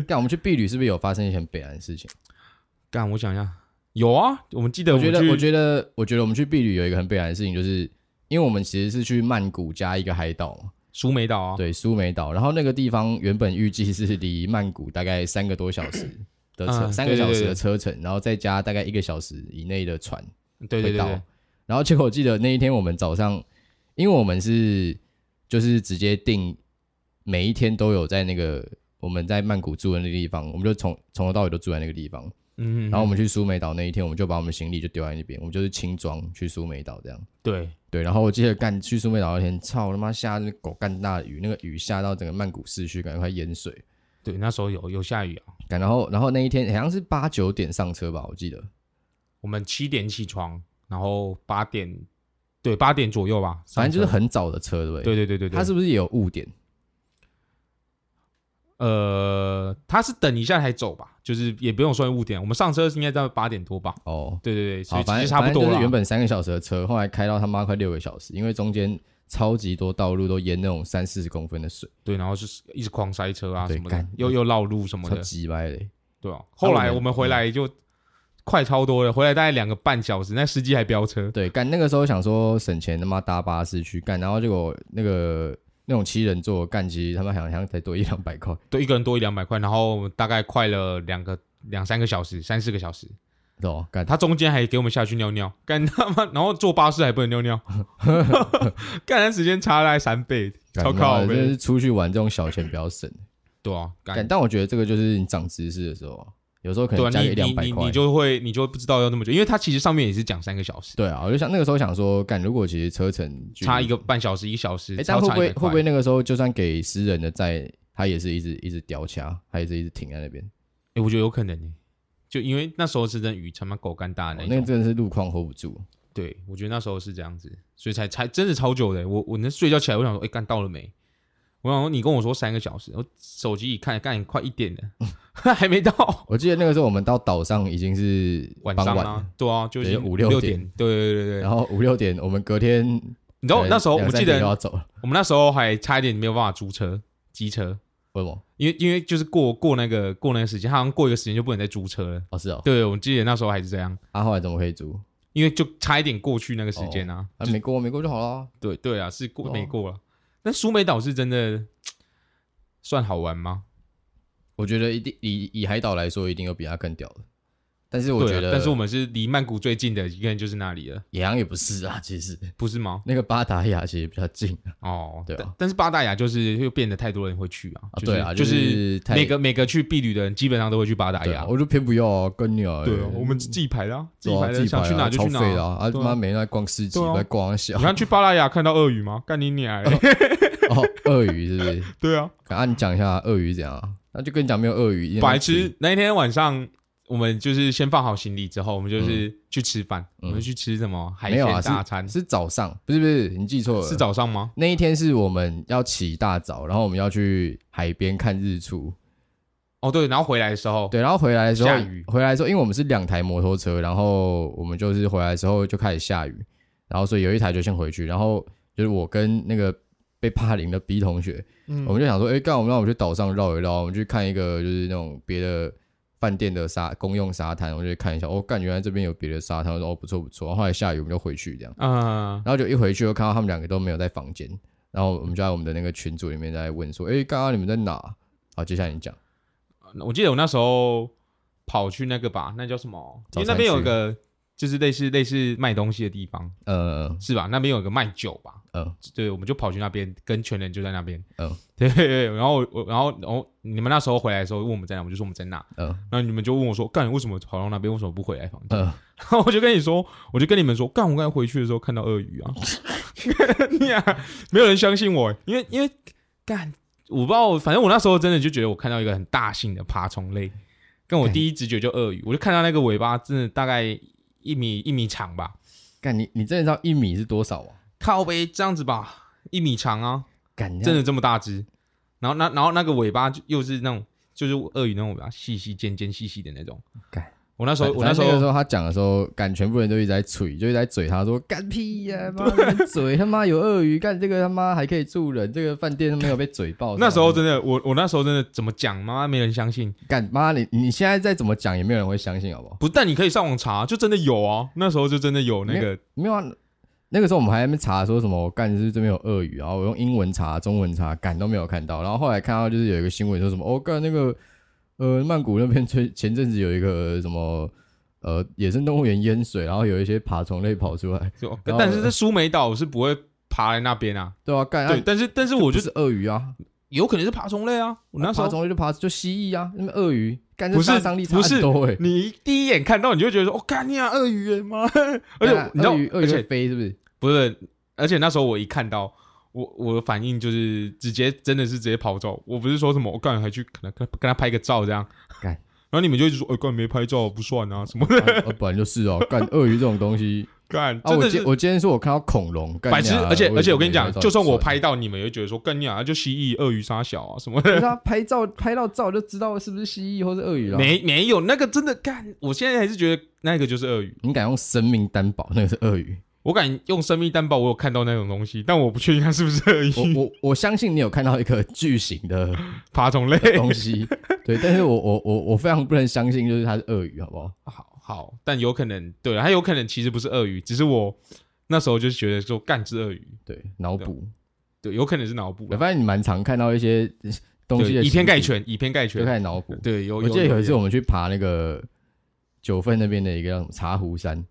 Speaker 1: 干，我们去避旅是不是有发生一些很北兰的事情？
Speaker 2: 干，我想一下，有啊，我们记得
Speaker 1: 我觉得，我
Speaker 2: 们去
Speaker 1: 觉得，我觉得我们去避旅有一个很北兰的事情，就是因为我们其实是去曼谷加一个海岛嘛，
Speaker 2: 苏梅岛啊，
Speaker 1: 对，苏梅岛。然后那个地方原本预计是离曼谷大概三个多小时的车，
Speaker 2: 嗯
Speaker 1: 三
Speaker 2: 对
Speaker 1: 个小
Speaker 2: 对
Speaker 1: 时
Speaker 2: 对
Speaker 1: 的车程，然后再加大概一个小时以内的船
Speaker 2: 对对
Speaker 1: 会啊
Speaker 2: 对
Speaker 1: 到。
Speaker 2: 对，
Speaker 1: 然后结果我记得那一天我们早上，因为我们是就是直接订每一天都有在那个我们在曼谷住的那个地方，我们就从从头到尾都住在那个地方。
Speaker 2: 嗯，
Speaker 1: 然后我们去苏梅岛那一天，我们就把我们行李就丢在那边，我们就是轻装去苏梅岛这样。
Speaker 2: 对，
Speaker 1: 对，然后我记得干去苏梅岛那天，操他妈下那狗干大雨，那个雨下到整个曼谷市区，感觉快淹水。
Speaker 2: 对，那时候有有下雨啊，
Speaker 1: 干然后然后那一天好像是八九点上车吧，我记得
Speaker 2: 我们七点起床，然后八点，对，八点左右吧，
Speaker 1: 反正就是
Speaker 2: 上车
Speaker 1: 很早的车，对不对？
Speaker 2: 对对对对对，
Speaker 1: 他是不是也有误点？
Speaker 2: 呃，他是等一下才走吧，就是也不用算误点，我们上车是应该在八点多吧，
Speaker 1: 哦，
Speaker 2: 对对对，所
Speaker 1: 好，
Speaker 2: 以其
Speaker 1: 反
Speaker 2: 实
Speaker 1: 正
Speaker 2: 差不
Speaker 1: 反
Speaker 2: 多
Speaker 1: 正就
Speaker 2: 了
Speaker 1: 是。原本三个小时的车，后来开到他妈快六个小时，因为中间超级多道路都淹那种三四十公分的水，
Speaker 2: 对，然后就是一直狂塞车啊
Speaker 1: 对
Speaker 2: 什么的
Speaker 1: 干，嗯
Speaker 2: 又又绕路什么
Speaker 1: 超
Speaker 2: 的，
Speaker 1: 级歪的。
Speaker 2: 对啊。后来
Speaker 1: 我们
Speaker 2: 我们回来就快超多了，回来大概两个半小时，那司机还飙车。
Speaker 1: 对，干那个时候想说省钱，他妈搭巴士去干，然后结果那个那种七人座干，其实他妈好像才多一两百块，
Speaker 2: 对，一个人多一两百块，然后大概快了两个两三个小时，三四个小时。
Speaker 1: 懂吗？干
Speaker 2: 他中间还给我们下去尿尿，干他妈！然后坐巴士还不能尿 尿，干那时间差大概三倍，
Speaker 1: 干
Speaker 2: 超
Speaker 1: 他妈
Speaker 2: 靠
Speaker 1: 的就
Speaker 2: 背。
Speaker 1: 是出去玩这种小钱比较省。
Speaker 2: 对啊，
Speaker 1: 干，
Speaker 2: 干
Speaker 1: 但我觉得这个就是你长知识的时候啊，有时候可
Speaker 2: 对
Speaker 1: 能
Speaker 2: 啊，
Speaker 1: 加个一
Speaker 2: 你
Speaker 1: 两
Speaker 2: 你
Speaker 1: 百
Speaker 2: 你
Speaker 1: 块
Speaker 2: 你。就会你就会不知道要那么久，因为它其实上面也是讲三个小时，
Speaker 1: 对啊，我就想那个时候想说，干如果其实车程距离
Speaker 2: 差一，个半小时一小时，
Speaker 1: 哎，
Speaker 2: 超
Speaker 1: 嗯但会
Speaker 2: 差
Speaker 1: 不会
Speaker 2: 100块
Speaker 1: 会不会那个时候就算给私人的在，他也是一直一直吊掐，他也是一直停在那边。
Speaker 2: 哎，我觉得有可能欸就因为那时候是真的雨他妈狗干大的
Speaker 1: 哦
Speaker 2: 那
Speaker 1: 那个
Speaker 2: 种，
Speaker 1: 真的是路况 hold 不住。
Speaker 2: 对我觉得那时候是这样子，所以才才真的超久的欸。我我那睡觉起来，我想说，哎，干到了没？我想说你跟我说三个小时，我手机一看，干快一点了， 还没到。
Speaker 1: 我记得那个时候我们到岛上已经是
Speaker 2: 晚
Speaker 1: 傍
Speaker 2: 上
Speaker 1: 晚，
Speaker 2: 啊，对啊，就
Speaker 1: 对
Speaker 2: 是
Speaker 1: 五六
Speaker 2: 六
Speaker 1: 点
Speaker 2: 点，对对对对对
Speaker 1: 然。后五六点，我们隔天，
Speaker 2: 你知道
Speaker 1: 可能
Speaker 2: 那时候我
Speaker 1: 两三
Speaker 2: 记
Speaker 1: 点
Speaker 2: 得
Speaker 1: 就要走了，
Speaker 2: 我们那时候还差一点没有办法租车、机车，
Speaker 1: 为什么？
Speaker 2: 因为因为就是过过那个过那个时间，好像过一个时间就不能再租车了。
Speaker 1: 哦，是哦，
Speaker 2: 对，我记得那时候还是这样，
Speaker 1: 啊，后来怎么可以租？
Speaker 2: 因为就差一点过去那个时间啊。
Speaker 1: 啊，没过没过就好了。
Speaker 2: 对对啊，是过、
Speaker 1: 哦
Speaker 2: 没过了。但苏梅岛是真的算好玩吗？
Speaker 1: 我觉得一定以以海岛来说，一定有比它更屌的。但是我
Speaker 2: 对
Speaker 1: 觉
Speaker 2: 啊，
Speaker 1: 得，
Speaker 2: 但是我们是离曼谷最近的一个就是那里了，
Speaker 1: 野羊也不是啊， 其实
Speaker 2: 不是吗？
Speaker 1: 那个巴达雅其实比较近啊。
Speaker 2: 哦，
Speaker 1: 对啊
Speaker 2: 但但是八大雅就是又变得太多人会去啊，
Speaker 1: 啊
Speaker 2: 就是、
Speaker 1: 对啊，
Speaker 2: 就是
Speaker 1: 太
Speaker 2: 每个每个去避旅的人基本上都会去八大
Speaker 1: 对
Speaker 2: 雅
Speaker 1: 啊，。我就偏不要啊，跟你啊，
Speaker 2: 对啊，我们自己排的、啊，自
Speaker 1: 对
Speaker 2: 己
Speaker 1: 啊
Speaker 2: 排的，想去哪就去
Speaker 1: 超
Speaker 2: 哪
Speaker 1: 废的。啊，啊他
Speaker 2: 对啊
Speaker 1: 妈每天在逛市集，
Speaker 2: 对啊
Speaker 1: 在逛小
Speaker 2: 你看去巴拉雅看到鳄鱼吗？干你 娘欸！
Speaker 1: 哦，鳄鱼是不是？
Speaker 2: 对啊，
Speaker 1: 啊，你讲一下鳄鱼怎样啊？那就跟你讲没有鳄鱼，一定
Speaker 2: 白
Speaker 1: 吃
Speaker 2: 痴！那一天晚上，我们就是先放好行李之后，我们就是去吃饭，我们去吃什么海
Speaker 1: 嗯没
Speaker 2: 鲜
Speaker 1: 有啊，
Speaker 2: 大餐
Speaker 1: 是？呃是早上，不是不是，你记错了，
Speaker 2: 是早上吗？
Speaker 1: 那一天是我们要起大早，然后我们要去海边看日出，
Speaker 2: 哦，对，然后回来的时候，
Speaker 1: 对，然后回来的时候
Speaker 2: 下雨
Speaker 1: 回来的时候，因为我们是两台摩托车，然后我们就是回来的时候就开始下雨，然后所以有一台就先回去，然后就是我跟那个被霸凌的 B 同学，
Speaker 2: 嗯
Speaker 1: 我们就想说，哎、干，我们让我们去岛上绕一绕，我们去看一个就是那种别的饭店的沙公用沙滩，我们就去看一下，哦，干，原来这边有别的沙滩，我说哦不错不错，然后后来下雨我们就回去这样。
Speaker 2: 嗯，
Speaker 1: 然后就一回去，又看到他们两个都没有在房间，然后我们就在我们的那个群组里面在问说：“哎，刚刚你们在哪？”好，接下来你讲，
Speaker 2: 我记得我那时候跑去那个吧，那叫什么？因为那边有一个就是类似类似卖东西的地方，
Speaker 1: 呃
Speaker 2: 是吧？那边有一个卖酒吧，
Speaker 1: 呃，
Speaker 2: 对，我们就跑去那边，跟全人就在那边。
Speaker 1: 嗯
Speaker 2: 嗯， 对对对。然后我，然后，然后你们那时候回来的时候问我们在哪，我们就说我们在那。
Speaker 1: 嗯
Speaker 2: 嗯，然后你们就问我说，干，你为什么跑到那边？为什么不回来房间？
Speaker 1: 嗯
Speaker 2: 然后 我就跟你说，我就跟你们说，干，我刚才回去的时候看到鳄鱼啊， 你啊，没有人相信我，欸因为因为干，我不知道，反正我那时候真的就觉得我看到一个很大型的爬虫类，跟我
Speaker 1: 干
Speaker 2: 第一直觉就鳄鱼，我就看到那个尾巴真的大概一米一米长吧，
Speaker 1: 干你你真的知道一米是多少啊？
Speaker 2: 靠背这样子吧，一米长啊。
Speaker 1: 干
Speaker 2: 真
Speaker 1: 的
Speaker 2: 的这么大只。然后那然后那个尾巴就又是那种就是鳄鱼那种尾巴，细细尖尖细细的那种
Speaker 1: 干。
Speaker 2: 我那时候我
Speaker 1: 那
Speaker 2: 那时
Speaker 1: 个时
Speaker 2: 候
Speaker 1: 候他讲的时候，干全部人都一直在嘴，就一直在嘴他说：“干屁呀、妈 的嘴他妈有鳄鱼，干这个他妈还可以住人，这个饭店都没有被嘴爆。”
Speaker 2: 那时候真的我我那时候真的怎么讲，妈妈没人相信。
Speaker 1: 干妈你你现在再怎么讲也没有人会相信，好不好？
Speaker 2: 不但你可以上网查，就真的有啊。那时候就真的有那个，
Speaker 1: 没有啊，那个时候我们还在那边查说什么，干是不是这边有鳄鱼，然啊后我用英文查、中文查，干都没有看到。然后后来看到就是有一个新闻说什么，哦，干那个呃曼谷那边最前阵子有一个什么呃野生动物园淹水，然后有一些爬虫类跑出来，
Speaker 2: 就
Speaker 1: 然后
Speaker 2: 但是在苏梅岛是不会爬来那边啊。
Speaker 1: 对啊，干
Speaker 2: 对，
Speaker 1: 啊
Speaker 2: 但是但是我
Speaker 1: 就
Speaker 2: 就是
Speaker 1: 鳄鱼啊，
Speaker 2: 有可能是爬虫类啊。我那时
Speaker 1: 爬
Speaker 2: 候
Speaker 1: 虫类就爬就蜥蜴啊，那边鳄鱼，干这
Speaker 2: 不是
Speaker 1: 杀伤力差
Speaker 2: 不是
Speaker 1: 很多欸
Speaker 2: 你第一眼看到你就会觉得说，我干你啊，鳄鱼欸妈！ 而
Speaker 1: 干啊
Speaker 2: 且你知道
Speaker 1: 鳄鱼，鳄
Speaker 2: 而
Speaker 1: 鱼
Speaker 2: 且
Speaker 1: 会飞是不 是？
Speaker 2: 不是，而且那时候我一看到，我我的反应就是直接真的是直接跑走，我不是说什么，我干还去可能跟他跟他拍个照这样，
Speaker 1: 干
Speaker 2: 然后你们就一直说，哎、干没拍照不算啊什么的，
Speaker 1: 啊啊本来就是哦，干鳄鱼这种东 西
Speaker 2: 干
Speaker 1: 啊，
Speaker 2: 真
Speaker 1: 我
Speaker 2: 的
Speaker 1: 今
Speaker 2: 是。
Speaker 1: 我今天说我看到恐龙，干
Speaker 2: 白痴，
Speaker 1: 你啊
Speaker 2: 而且
Speaker 1: 也
Speaker 2: 而且我跟
Speaker 1: 没
Speaker 2: 你
Speaker 1: 拍
Speaker 2: 讲，
Speaker 1: 照
Speaker 2: 就算
Speaker 1: 算
Speaker 2: 我
Speaker 1: 了
Speaker 2: 拍到你们，也会觉得说干你啊，就蜥蜴、鳄鱼、沙小啊什么的，
Speaker 1: 就是他拍照拍到照就知道是不是蜥蜴或是鳄鱼了。，
Speaker 2: 没 没有那个真的干，我现在还是觉得那个就是鳄鱼。
Speaker 1: 你敢用生命担保那个是鳄鱼？
Speaker 2: 我敢用生命担保，我有看到那种东西，但我不确定它是不是鳄
Speaker 1: 我
Speaker 2: 鱼
Speaker 1: 我我相信你有看到一个巨型的
Speaker 2: 爬虫类。
Speaker 1: 的东西， 对，但是我我我我非常不能相信，就是它是鳄鱼，好不好？
Speaker 2: 好好，但有可能对，它有可能其实不是鳄鱼，只是我那时候就觉得说干是鳄鱼，
Speaker 1: 对，脑补。
Speaker 2: 对，有可能是脑部
Speaker 1: 我，发现你蛮常看到一些东西的
Speaker 2: 对以偏
Speaker 1: 形
Speaker 2: 概
Speaker 1: 体，
Speaker 2: 全，以偏概
Speaker 1: 就
Speaker 2: 全，
Speaker 1: 开始脑补。
Speaker 2: 对，有
Speaker 1: 我记得有一次
Speaker 2: 有
Speaker 1: 我们去爬那个九份那边的一个叫什么茶壶山，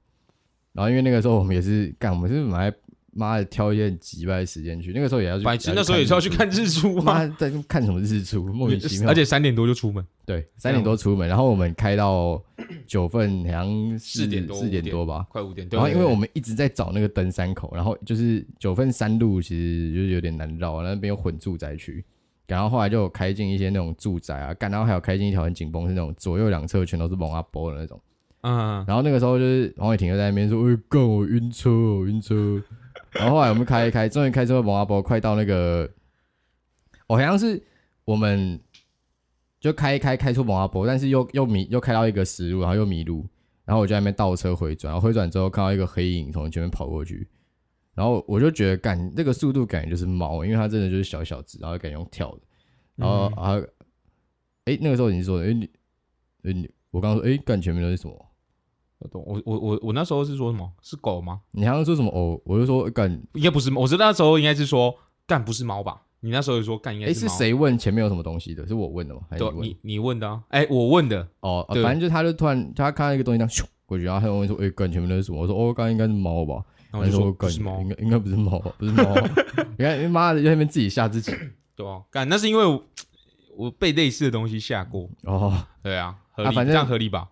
Speaker 1: 然后因为那个时候我们也是干，我们是买妈的挑一些很急掰的时间去，那个时候也要去，
Speaker 2: 白痴那时候也是要去看日出啊
Speaker 1: 妈，在看什么日出，莫名其妙。
Speaker 2: 而且三点多就出门，
Speaker 1: 对，三点多出门，然后我们开到九份，好像
Speaker 2: 四点多
Speaker 1: 四点多吧。
Speaker 2: 快五点。对
Speaker 1: 然后因为
Speaker 2: 对对
Speaker 1: 我们一直在找那个登山口，然后就是九份山路其实就是有点难绕，啊那边有混住宅区。然后后来就有开进一些那种住宅啊，干，然后还有开进一条很紧绷，是那种左右两侧全都是蒙阿波的那种。
Speaker 2: 嗯，
Speaker 1: 然后那个时候就是黄伟霆就在那边说：“哎、干我晕车，我晕车。” 然后后来我们开一开，终于开车往阿波，快到那个，哦，好像是我们就开一开开出蒙阿波，但是又又迷又开到一个死路，然后又迷路，然后我就在那边倒车回转，然后回转之后看到一个黑影从前面跑过去，然后我就觉得干这个速度感觉就是猫，因为它真的就是小小只，然后敢用跳的，然后
Speaker 2: 嗯
Speaker 1: 啊，哎、那个时候你是说，哎、你，哎、你，我刚刚说，哎、干前面的是什么？
Speaker 2: 我懂。我我我我那时候是说什么？是狗吗？
Speaker 1: 你好像说什么哦，我就说干，
Speaker 2: 应该不是，我是那时候应该是说干不是猫吧？你那时候也说干应
Speaker 1: 哎、
Speaker 2: 该
Speaker 1: 是
Speaker 2: 猫？
Speaker 1: 谁问前面有什么东西的？是我问的吗？还是
Speaker 2: 对
Speaker 1: 你，问？
Speaker 2: 你你问的啊？哎，我问的。
Speaker 1: 哦、啊
Speaker 2: 对
Speaker 1: 反正就他就突然他看到一个东西这样咻过去，然后他就问说，哎、干前面那是什么？我说哦，刚刚应该是猫吧？
Speaker 2: 然后我就
Speaker 1: 他
Speaker 2: 说不
Speaker 1: 干
Speaker 2: 是猫
Speaker 1: 应，该应该不是猫，不是 猫。你看，妈的，就在那边自己吓自己。
Speaker 2: 对啊，干那是因为我我被类似的东西吓过，
Speaker 1: 哦，
Speaker 2: 对啊，合理，
Speaker 1: 啊反正
Speaker 2: 这样合理吧？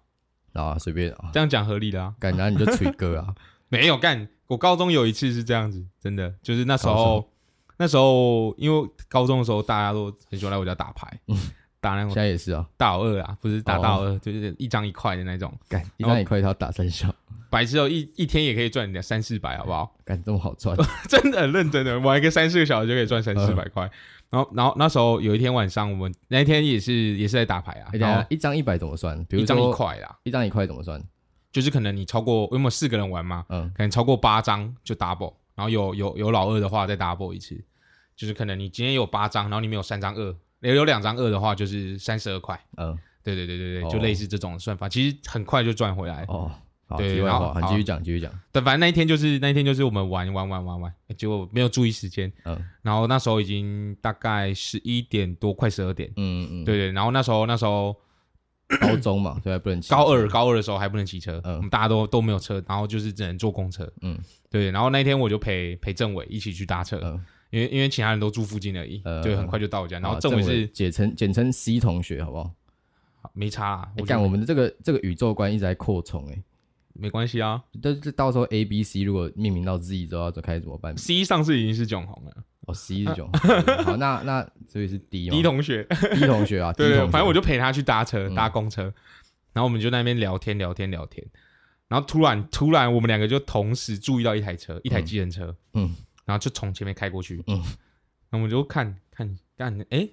Speaker 1: 啊，随便啊，
Speaker 2: 这样讲合理的啊，
Speaker 1: 干，然后你就吹歌 啊，
Speaker 2: 没有干，我高中有一次是这样子，真的就是那时
Speaker 1: 高
Speaker 2: 候，那时候因为高中的时候大家都很喜欢来我家打牌，打那
Speaker 1: 现
Speaker 2: 种
Speaker 1: 在也是啊，
Speaker 2: 大老二啊，不是打
Speaker 1: 嗯哦
Speaker 2: 大老二，就是一张一块的那种，
Speaker 1: 干，一张一块，他打三下，
Speaker 2: 白痴哦，一一天也可以赚两三四百，好不好？
Speaker 1: 干这么好赚，
Speaker 2: 真的很认真的，玩一个三四个小时就可以赚三四百
Speaker 1: 嗯
Speaker 2: 块。然后，然后那时候有一天晚上，我们那一天也是也是在打牌啊，
Speaker 1: 哎等一
Speaker 2: 然
Speaker 1: 下
Speaker 2: 后
Speaker 1: 一张一百怎么算？比如
Speaker 2: 一张一
Speaker 1: 说
Speaker 2: 块啦，
Speaker 1: 一张一块怎么算？
Speaker 2: 就是可能你超过有没有四个人玩嘛？
Speaker 1: 嗯，
Speaker 2: 可能超过八张就 double，然后有有有老二的话再 double 一次，就是可能你今天有八张，然后里面有三张二，有有两张二的话就是三十二块。
Speaker 1: 嗯，
Speaker 2: 对对对对对，
Speaker 1: 哦
Speaker 2: 就类似这种算法，其实很快就赚回来。
Speaker 1: 哦，好，
Speaker 2: 对
Speaker 1: 题外
Speaker 2: 然后
Speaker 1: 话，好你继续讲，继续讲，
Speaker 2: 但反正那一天就是那一天就是我们玩玩玩玩玩，结果没有注意时间，
Speaker 1: 嗯
Speaker 2: 然后那时候已经大概十一点多，快十二点。
Speaker 1: 嗯嗯，
Speaker 2: 对对，然后那时候那时候
Speaker 1: 高中嘛，对，不能骑
Speaker 2: 高
Speaker 1: 车
Speaker 2: 二高二的时候还不能骑车，
Speaker 1: 嗯
Speaker 2: 我们大家都都没有车，然后就是只能坐公车。
Speaker 1: 嗯
Speaker 2: 对，然后那一天我就陪陪政委一起去搭车，
Speaker 1: 嗯
Speaker 2: 因为因为其他人都住附近而已，
Speaker 1: 呃
Speaker 2: 对，很快就到我家。然后
Speaker 1: 啊
Speaker 2: 政委是啊
Speaker 1: 简称简称 C 同学，好不好？
Speaker 2: 没差啦，
Speaker 1: 你
Speaker 2: 我
Speaker 1: 看
Speaker 2: 就
Speaker 1: 我们的这个这个宇宙观一直在扩充，哎，
Speaker 2: 没关系啊。
Speaker 1: 但是到时候 A、B、C 如果命名到 Z 之后，要开始怎么办？
Speaker 2: C 上次已经是囧红了
Speaker 1: 哦，C 这种，对 好，那那所以是 D 嘛
Speaker 2: 啊，D 同学，
Speaker 1: D 同学啊，D
Speaker 2: 对
Speaker 1: 同
Speaker 2: 对，
Speaker 1: 学，
Speaker 2: 反正我就陪他去搭车，
Speaker 1: 嗯
Speaker 2: 搭公车，然后我们就在那边聊天聊天聊天，然后突然突然我们两个就同时注意到一台车，一台机人车，
Speaker 1: 嗯
Speaker 2: 然后就从前面开过去，
Speaker 1: 嗯
Speaker 2: 嗯，那我们就看看看，哎，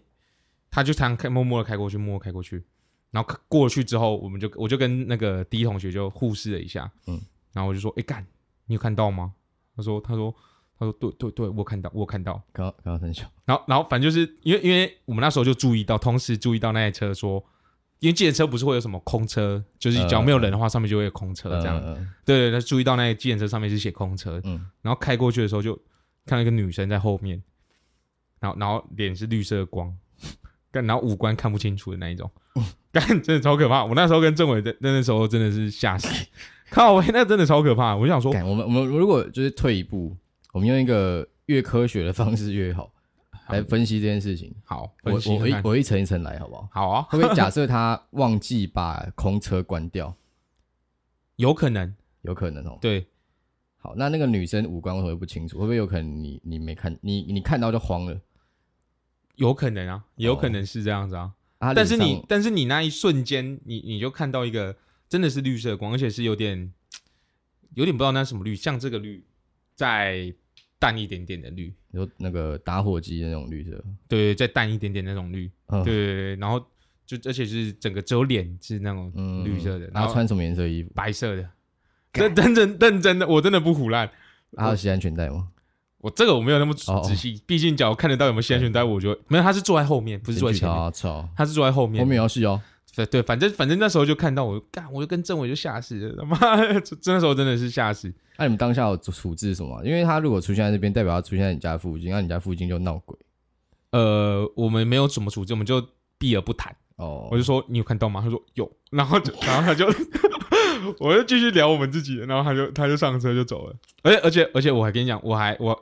Speaker 2: 他就这样开默默的开过去，默默地开过去，然后过去之后，我们就我就跟那个 D 同学就互视了一下，
Speaker 1: 嗯
Speaker 2: 嗯，然后我就说，哎干，你有看到吗？他说，他说，他说，对对对，我有看到，我有看到。
Speaker 1: 刚刚刚生效，
Speaker 2: 然后然后反正就是因为因为我们那时候就注意到，同时注意到那台车说，因为计程车不是会有什么空车，就是只要没有人的话，上面就会有空车这样。
Speaker 1: 嗯，嗯
Speaker 2: 对对对，注意到那个计程车上面是写空车，
Speaker 1: 嗯
Speaker 2: 然后开过去的时候就看到一个女生在后面，然后然后脸是绿色的光，但然后五官看不清楚的 那一种，干真的超可怕。我那时候跟政委在那那时候真的是吓死， 靠喂，那真的超可怕。我想说
Speaker 1: 嗯，干我们我们如果就是退一步，我们用一个越科学的方式越好来分析这件事情。
Speaker 2: 好，
Speaker 1: 我
Speaker 2: 分析
Speaker 1: 我
Speaker 2: 看
Speaker 1: 一
Speaker 2: 看
Speaker 1: 我一层一层来，好不好？
Speaker 2: 好啊，
Speaker 1: 会不会假设他忘记把空车关掉？
Speaker 2: 有可能
Speaker 1: 有可能哦。
Speaker 2: 对。
Speaker 1: 好，那那个女生五官为什么会不清楚？会不会有可能你你没看你你看到就慌了？
Speaker 2: 有可能啊，也有
Speaker 1: 哦
Speaker 2: 可能是这样子啊。
Speaker 1: 啊、她
Speaker 2: 但是
Speaker 1: 脸
Speaker 2: 你
Speaker 1: 上，
Speaker 2: 但是你那一瞬间，你你就看到一个真的是绿色的光，而且是有点有点不知道那是什么绿，像这个绿再淡一点点的绿，
Speaker 1: 你说那个打火机的那种绿色，
Speaker 2: 对，再淡一点点那种绿，
Speaker 1: 嗯
Speaker 2: 对对对，然后就而且是整个只有脸是那种绿色的，
Speaker 1: 嗯然
Speaker 2: 然
Speaker 1: 后
Speaker 2: 后
Speaker 1: 穿什么颜色衣服？
Speaker 2: 白色的。 这认真认真的，我真的不胡乱，
Speaker 1: 她有系安全带吗？
Speaker 2: 我这个我没有那么
Speaker 1: 哦
Speaker 2: 仔细，毕竟假如看得到有没有系安全带，我就没有。他是坐在后面，不是坐在前面，
Speaker 1: 啊，操！
Speaker 2: 他是坐在后面
Speaker 1: 后。面要是哦，
Speaker 2: 对对，反正反正那时候就看到我，干，我就跟政委就吓死了，他妈，的，那时候真的是吓死。
Speaker 1: 那、你们当下有处置什么啊？因为他如果出现在这边，代表他出现在你家附近，那你家附近就闹鬼
Speaker 2: 呃，我们没有怎么处置，我们就避而不谈。
Speaker 1: 哦
Speaker 2: 我。就说你有看到吗？他说有，然后就然后他就， 我就继续聊我们自己的，然后他就他就上车就走了。而且而且而且我还跟你讲，我还我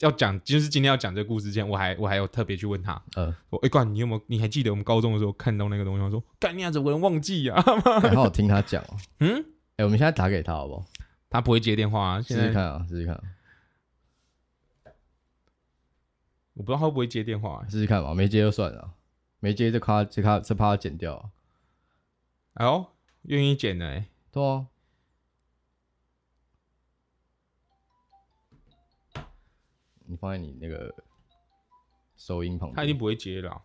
Speaker 2: 要讲，就是今天要讲这个故事之前，我还我还有特别去问他，
Speaker 1: 嗯，
Speaker 2: 我哎，干、你有没有？你还记得我们高中的时候看到那个东西？我说干你啊，怎么能忘记啊？
Speaker 1: 然后我听他讲哦，
Speaker 2: 嗯，
Speaker 1: 哎，我们现在打给他好不好？
Speaker 2: 他不会接电话、啊，
Speaker 1: 试
Speaker 2: 现
Speaker 1: 试
Speaker 2: 在
Speaker 1: 看啊，试试看啊，
Speaker 2: 我不知道他会不会接电话、
Speaker 1: 试试看嘛，没接就算了，啊没接这卡这卡这趴要剪掉啊。
Speaker 2: 哎呦，愿意剪的、欸，
Speaker 1: 对啊，你放在你那个收音旁边，
Speaker 2: 他一定不会接了啊、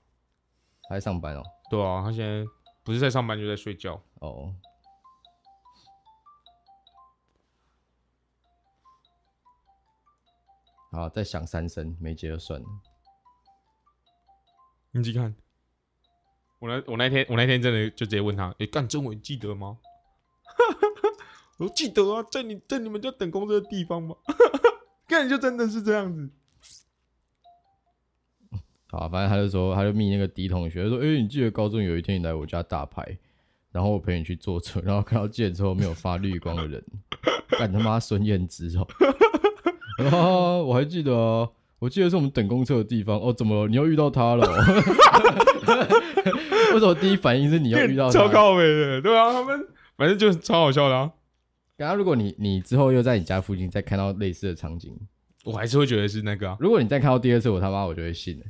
Speaker 1: 他在上班哦。
Speaker 2: 对啊，他现在不是在上班就在睡觉。
Speaker 1: 哦，好，再响三声，没接就算了。
Speaker 2: 你自己看。我那我那天我那天真的就直接问他，诶，干中文记得吗？ 我说记得啊，在你在你们家等公车的地方吗？ 干就真的是这样子，
Speaker 1: 好、啊，反正他就说，他就密那个迪同学他说，哎、你记得高中有一天你来我家打牌，然后我陪你去坐车，然后看到见之后没有发绿光的人， 干他妈孙燕姿哦！ 然后、啊、我还记得啊，我记得是我们等公车的地方。哦，怎么了？你又遇到他了、哦？ 为什么第一反应是你要遇到他？
Speaker 2: 超靠北的，对啊，他们反正就是超好笑的啊。
Speaker 1: 然后，如果你你之后又在你家附近再看到类似的场景，
Speaker 2: 我还是会觉得是那个啊，
Speaker 1: 如果你再看到第二次，我他妈我就会信了。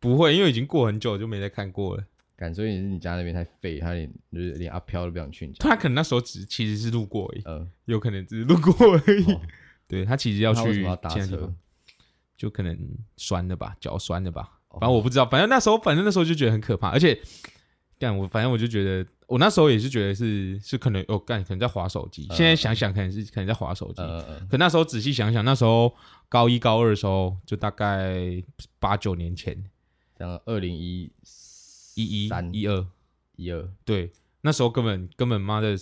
Speaker 2: 不会，因为已经过很久就没再看过了。
Speaker 1: 感所以是你家那边太废，他连就是连阿飘都不想去你家。
Speaker 2: 他可能那时候只其实是路过而已，
Speaker 1: 嗯、
Speaker 2: 有可能只是路过而已。
Speaker 1: 哦
Speaker 2: 对他其实要
Speaker 1: 他为什
Speaker 2: 去
Speaker 1: 么要搭
Speaker 2: 其他地
Speaker 1: 车
Speaker 2: 方，就可能酸的吧，脚酸的吧，
Speaker 1: 哦
Speaker 2: 反正我不知道，反正那时候反正那时候就觉得很可怕，而且干我反正我就觉得我那时候也是觉得是是可能哦干可能在划手机，
Speaker 1: 嗯
Speaker 2: 现在想想可能是可能在划手机，
Speaker 1: 呃呃，
Speaker 2: 可那时候仔细想想，那时候高一高二的时候就大概八九年前，
Speaker 1: 讲二零一
Speaker 2: 一一
Speaker 1: 三
Speaker 2: 一二，
Speaker 1: 一二，
Speaker 2: 对，那时候根本根本妈的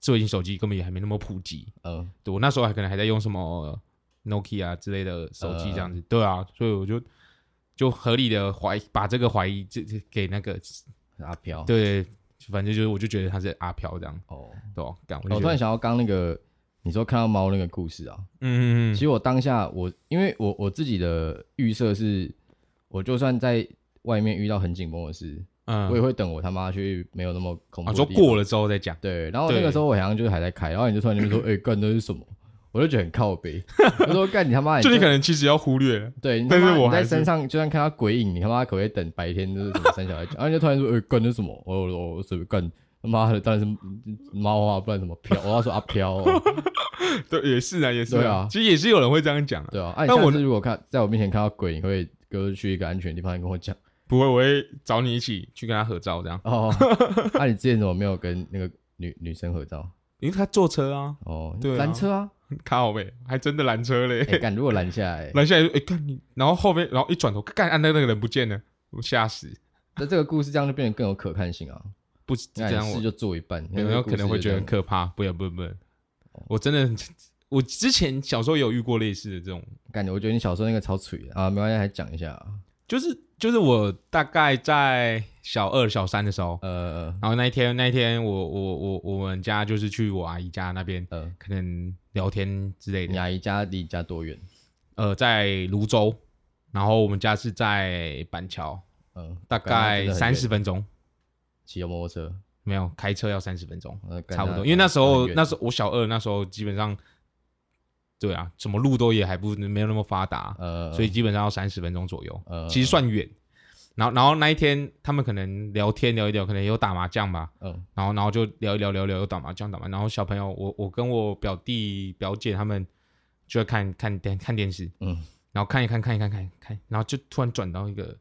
Speaker 2: 智慧型手机根本也还没那么普及，
Speaker 1: 嗯，
Speaker 2: 对我那时候还可能还在用什么 Nokia 之类的手机这样子，
Speaker 1: 呃
Speaker 2: 对啊，所以我就就合理的怀疑把这个怀疑这这给那个
Speaker 1: 阿飘。
Speaker 2: 对，反正就是我就觉得他是阿飘这样，
Speaker 1: 哦，
Speaker 2: 对吧、干我
Speaker 1: 我
Speaker 2: 就
Speaker 1: 突
Speaker 2: 觉得
Speaker 1: 然想到刚那个你说看到猫那个故事啊，
Speaker 2: 嗯嗯
Speaker 1: 其
Speaker 2: 嗯，
Speaker 1: 实我当下我因为我我自己的预设是，我就算在外面遇到很紧绷的事，
Speaker 2: 嗯
Speaker 1: 我也会等我他妈去没有那么恐怖
Speaker 2: 啊，
Speaker 1: 的
Speaker 2: 说
Speaker 1: 地方
Speaker 2: 过了之后再讲，
Speaker 1: 对，然后那个时候我好像就是还在开，然后你就突然间 说：“哎、干那是什么？”我就觉得很靠背，我说：“干你他妈！”你
Speaker 2: 就你可能其实要忽略了，
Speaker 1: 对，你他
Speaker 2: 但是
Speaker 1: 妈
Speaker 2: 我
Speaker 1: 你在
Speaker 2: 还是
Speaker 1: 身上就算看到鬼影，你他妈可不可以等白天就是什么三小孩讲？然后你就突然说：“哎、干那是什么？”我我我随便干。他妈的，当然是猫啊，不然什么飘？我要说阿飘、哦，
Speaker 2: 对，也是啊，也是
Speaker 1: 对啊
Speaker 2: 其实也是有人会这样讲、啊，
Speaker 1: 对啊。啊，你
Speaker 2: 但
Speaker 1: 下
Speaker 2: 我
Speaker 1: 次如果看在我面前看到鬼，你会就是去一个安全的地方，你跟我讲
Speaker 2: 不会，我会找你一起去跟他合照这样，
Speaker 1: 哦。那、你之前怎么没有跟那个女女生合照？
Speaker 2: 因为他坐车啊，
Speaker 1: 哦，
Speaker 2: 对啊
Speaker 1: 拦车 啊！
Speaker 2: 卡好呗，还真的拦车嘞，
Speaker 1: 哎、干，如果拦下来，
Speaker 2: 拦下来就哎干你，然后后面然后一转头干，按那个那个人不见了，我吓死。
Speaker 1: 那这个故事这样就变得更有可看性啊。
Speaker 2: 不是这
Speaker 1: 那
Speaker 2: 样
Speaker 1: 你
Speaker 2: 我
Speaker 1: 事，就做一半，
Speaker 2: 没有可能会觉得很可
Speaker 1: 啊
Speaker 2: 怕。不要不要不要，
Speaker 1: 哦
Speaker 2: 我真的很，我之前小时候有遇过类似的这种，
Speaker 1: 感觉。我觉得你小时候那个超脆的啊，没关系，还讲一下啊。
Speaker 2: 就是就是我大概在小二小三的时候，
Speaker 1: 呃
Speaker 2: 然后那一天那一天我我我我们家就是去我阿姨家那边，
Speaker 1: 呃，
Speaker 2: 可能聊天之类
Speaker 1: 你
Speaker 2: 的，
Speaker 1: 阿姨家离你家多远？
Speaker 2: 呃，在泸州，然后我们家是在板桥，
Speaker 1: 嗯，
Speaker 2: 大概三十
Speaker 1: 感觉真的很远
Speaker 2: 分钟，
Speaker 1: 骑摩托车，
Speaker 2: 没有开车要三十分钟。
Speaker 1: 呃
Speaker 2: 差不多，因为那时候那时
Speaker 1: 候
Speaker 2: 候我小二那时候基本上，对啊，什么路都也还不没有那么发达，
Speaker 1: 呃，
Speaker 2: 所以基本上要三十分钟左右，
Speaker 1: 呃
Speaker 2: 其实算远。然后然后那一天他们可能聊天聊一聊，可能也有打麻将吧，
Speaker 1: 嗯
Speaker 2: 然后然后就聊一聊聊一聊又打麻将打麻将，然后小朋友我我跟我表弟表姐他们就在看看电看电视，
Speaker 1: 嗯
Speaker 2: 然后看一看看一看看一看，然后就突然转到一个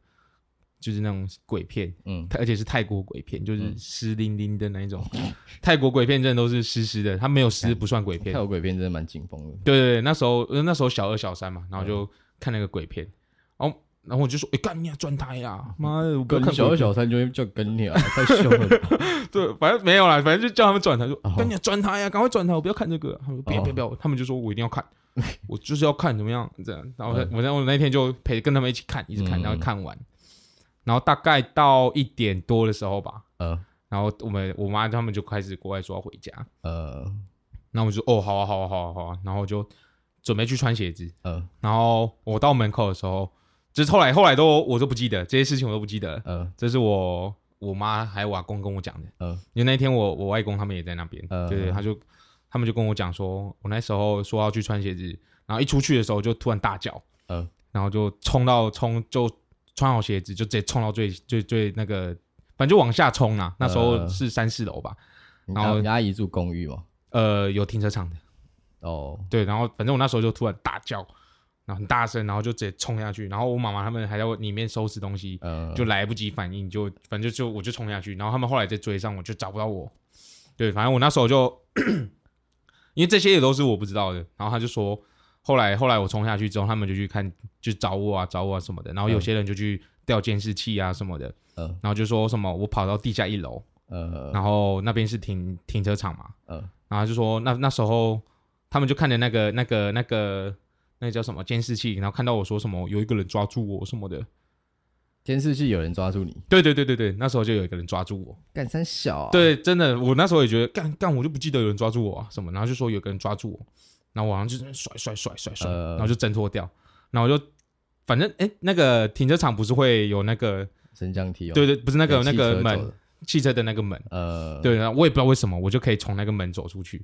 Speaker 2: 就是那种鬼片，
Speaker 1: 嗯
Speaker 2: 泰而且是泰国鬼片，就是
Speaker 1: 嗯
Speaker 2: 湿淋淋的那一种。 泰国鬼片真的都是湿湿的，它没有湿不算鬼
Speaker 1: 嗯，
Speaker 2: 片。
Speaker 1: 跳鬼片真的蛮紧绷的。
Speaker 2: 对对对，那时候呃那时候小二小三
Speaker 1: 嗯
Speaker 2: 嘛，然后就看那个鬼片，然后然后我就说，哎、干你啊，转胎啦！妈的，我不要
Speaker 1: 跟
Speaker 2: 看
Speaker 1: 嗯小
Speaker 2: 鬼
Speaker 1: 二
Speaker 2: 片。
Speaker 1: 小三就会叫跟你啊， 太凶了吧。
Speaker 2: 对，反正没有啦，反正就叫他们转台，说
Speaker 1: 哦
Speaker 2: 干你啊，转台呀，赶快转台，我不要看这个。他们说别
Speaker 1: 哦
Speaker 2: 别别，他们就说我一定 要看，我就是要看怎么样这样。然后我在
Speaker 1: 嗯
Speaker 2: 我在我那天就陪跟他们一起看，一直看，
Speaker 1: 嗯
Speaker 2: 然后看完，然后大概到一点多的时候吧，
Speaker 1: 呃
Speaker 2: 然后我们我妈他们就开始国外说要回家，
Speaker 1: 呃
Speaker 2: 那我就哦好啊好啊好啊好啊，然后就准备去穿鞋子，
Speaker 1: 呃
Speaker 2: 然后我到门口的时候，就是后来后来都我都不记得这些事情我都不记得了，
Speaker 1: 呃
Speaker 2: 这是我我妈还有我阿公跟我讲的，
Speaker 1: 嗯
Speaker 2: 因为那天我我外公他们也在那边，
Speaker 1: 嗯
Speaker 2: 对对，他就他们就跟我讲说，我那时候说要去穿鞋子，然后一出去的时候就突然大叫，
Speaker 1: 嗯
Speaker 2: 然后就冲到冲就穿好鞋子就直接冲到最最最那个，反正就往下冲啊，那时候
Speaker 1: 嗯
Speaker 2: 是三四楼吧，
Speaker 1: 你
Speaker 2: 然后
Speaker 1: 阿你阿姨住公寓嘛？
Speaker 2: 呃，有停车场的，
Speaker 1: 哦，
Speaker 2: 对，然后反正我那时候就突然大叫，然后很大声，然后就直接冲下去，然后我妈妈他们还在里面收拾东西，
Speaker 1: 呃，
Speaker 2: 就来不及反应，就反正就我就冲下去，然后他们后来再追上我，就找不到我。对，反正我那时候就， 因为这些也都是我不知道的。然后他就说，后来后来我冲下去之后，他们就去看，就找我啊找我啊什么的。然后有些人就去调监视器啊什么的，
Speaker 1: 呃
Speaker 2: 然后就说什么我跑到地下一楼，
Speaker 1: 呃
Speaker 2: 然后那边是停停车场嘛，
Speaker 1: 呃
Speaker 2: 然后他就说那那时候他们就看着那个那个那个那个叫什么监视器，然后看到我说什么有一个人抓住我什么的。
Speaker 1: 监视器有人抓住你，
Speaker 2: 对对对对对，那时候就有一个人抓住我。
Speaker 1: 干三小啊，
Speaker 2: 对，真的，我那时候也觉得干干，我就不记得有人抓住我啊什么，然后就说有个人抓住我，然后我好像就在那甩甩甩甩甩，
Speaker 1: 呃
Speaker 2: 然后就挣脱掉，然后我就反正哎、诶那个停车场不是会有那个，
Speaker 1: 升降梯哦，
Speaker 2: 对对，不是那个
Speaker 1: 对
Speaker 2: 那个，
Speaker 1: 汽车走
Speaker 2: 门，
Speaker 1: 的
Speaker 2: 汽车的那个门，
Speaker 1: 呃，
Speaker 2: 对，然后我也不知道为什么，我就可以从那个门走出去，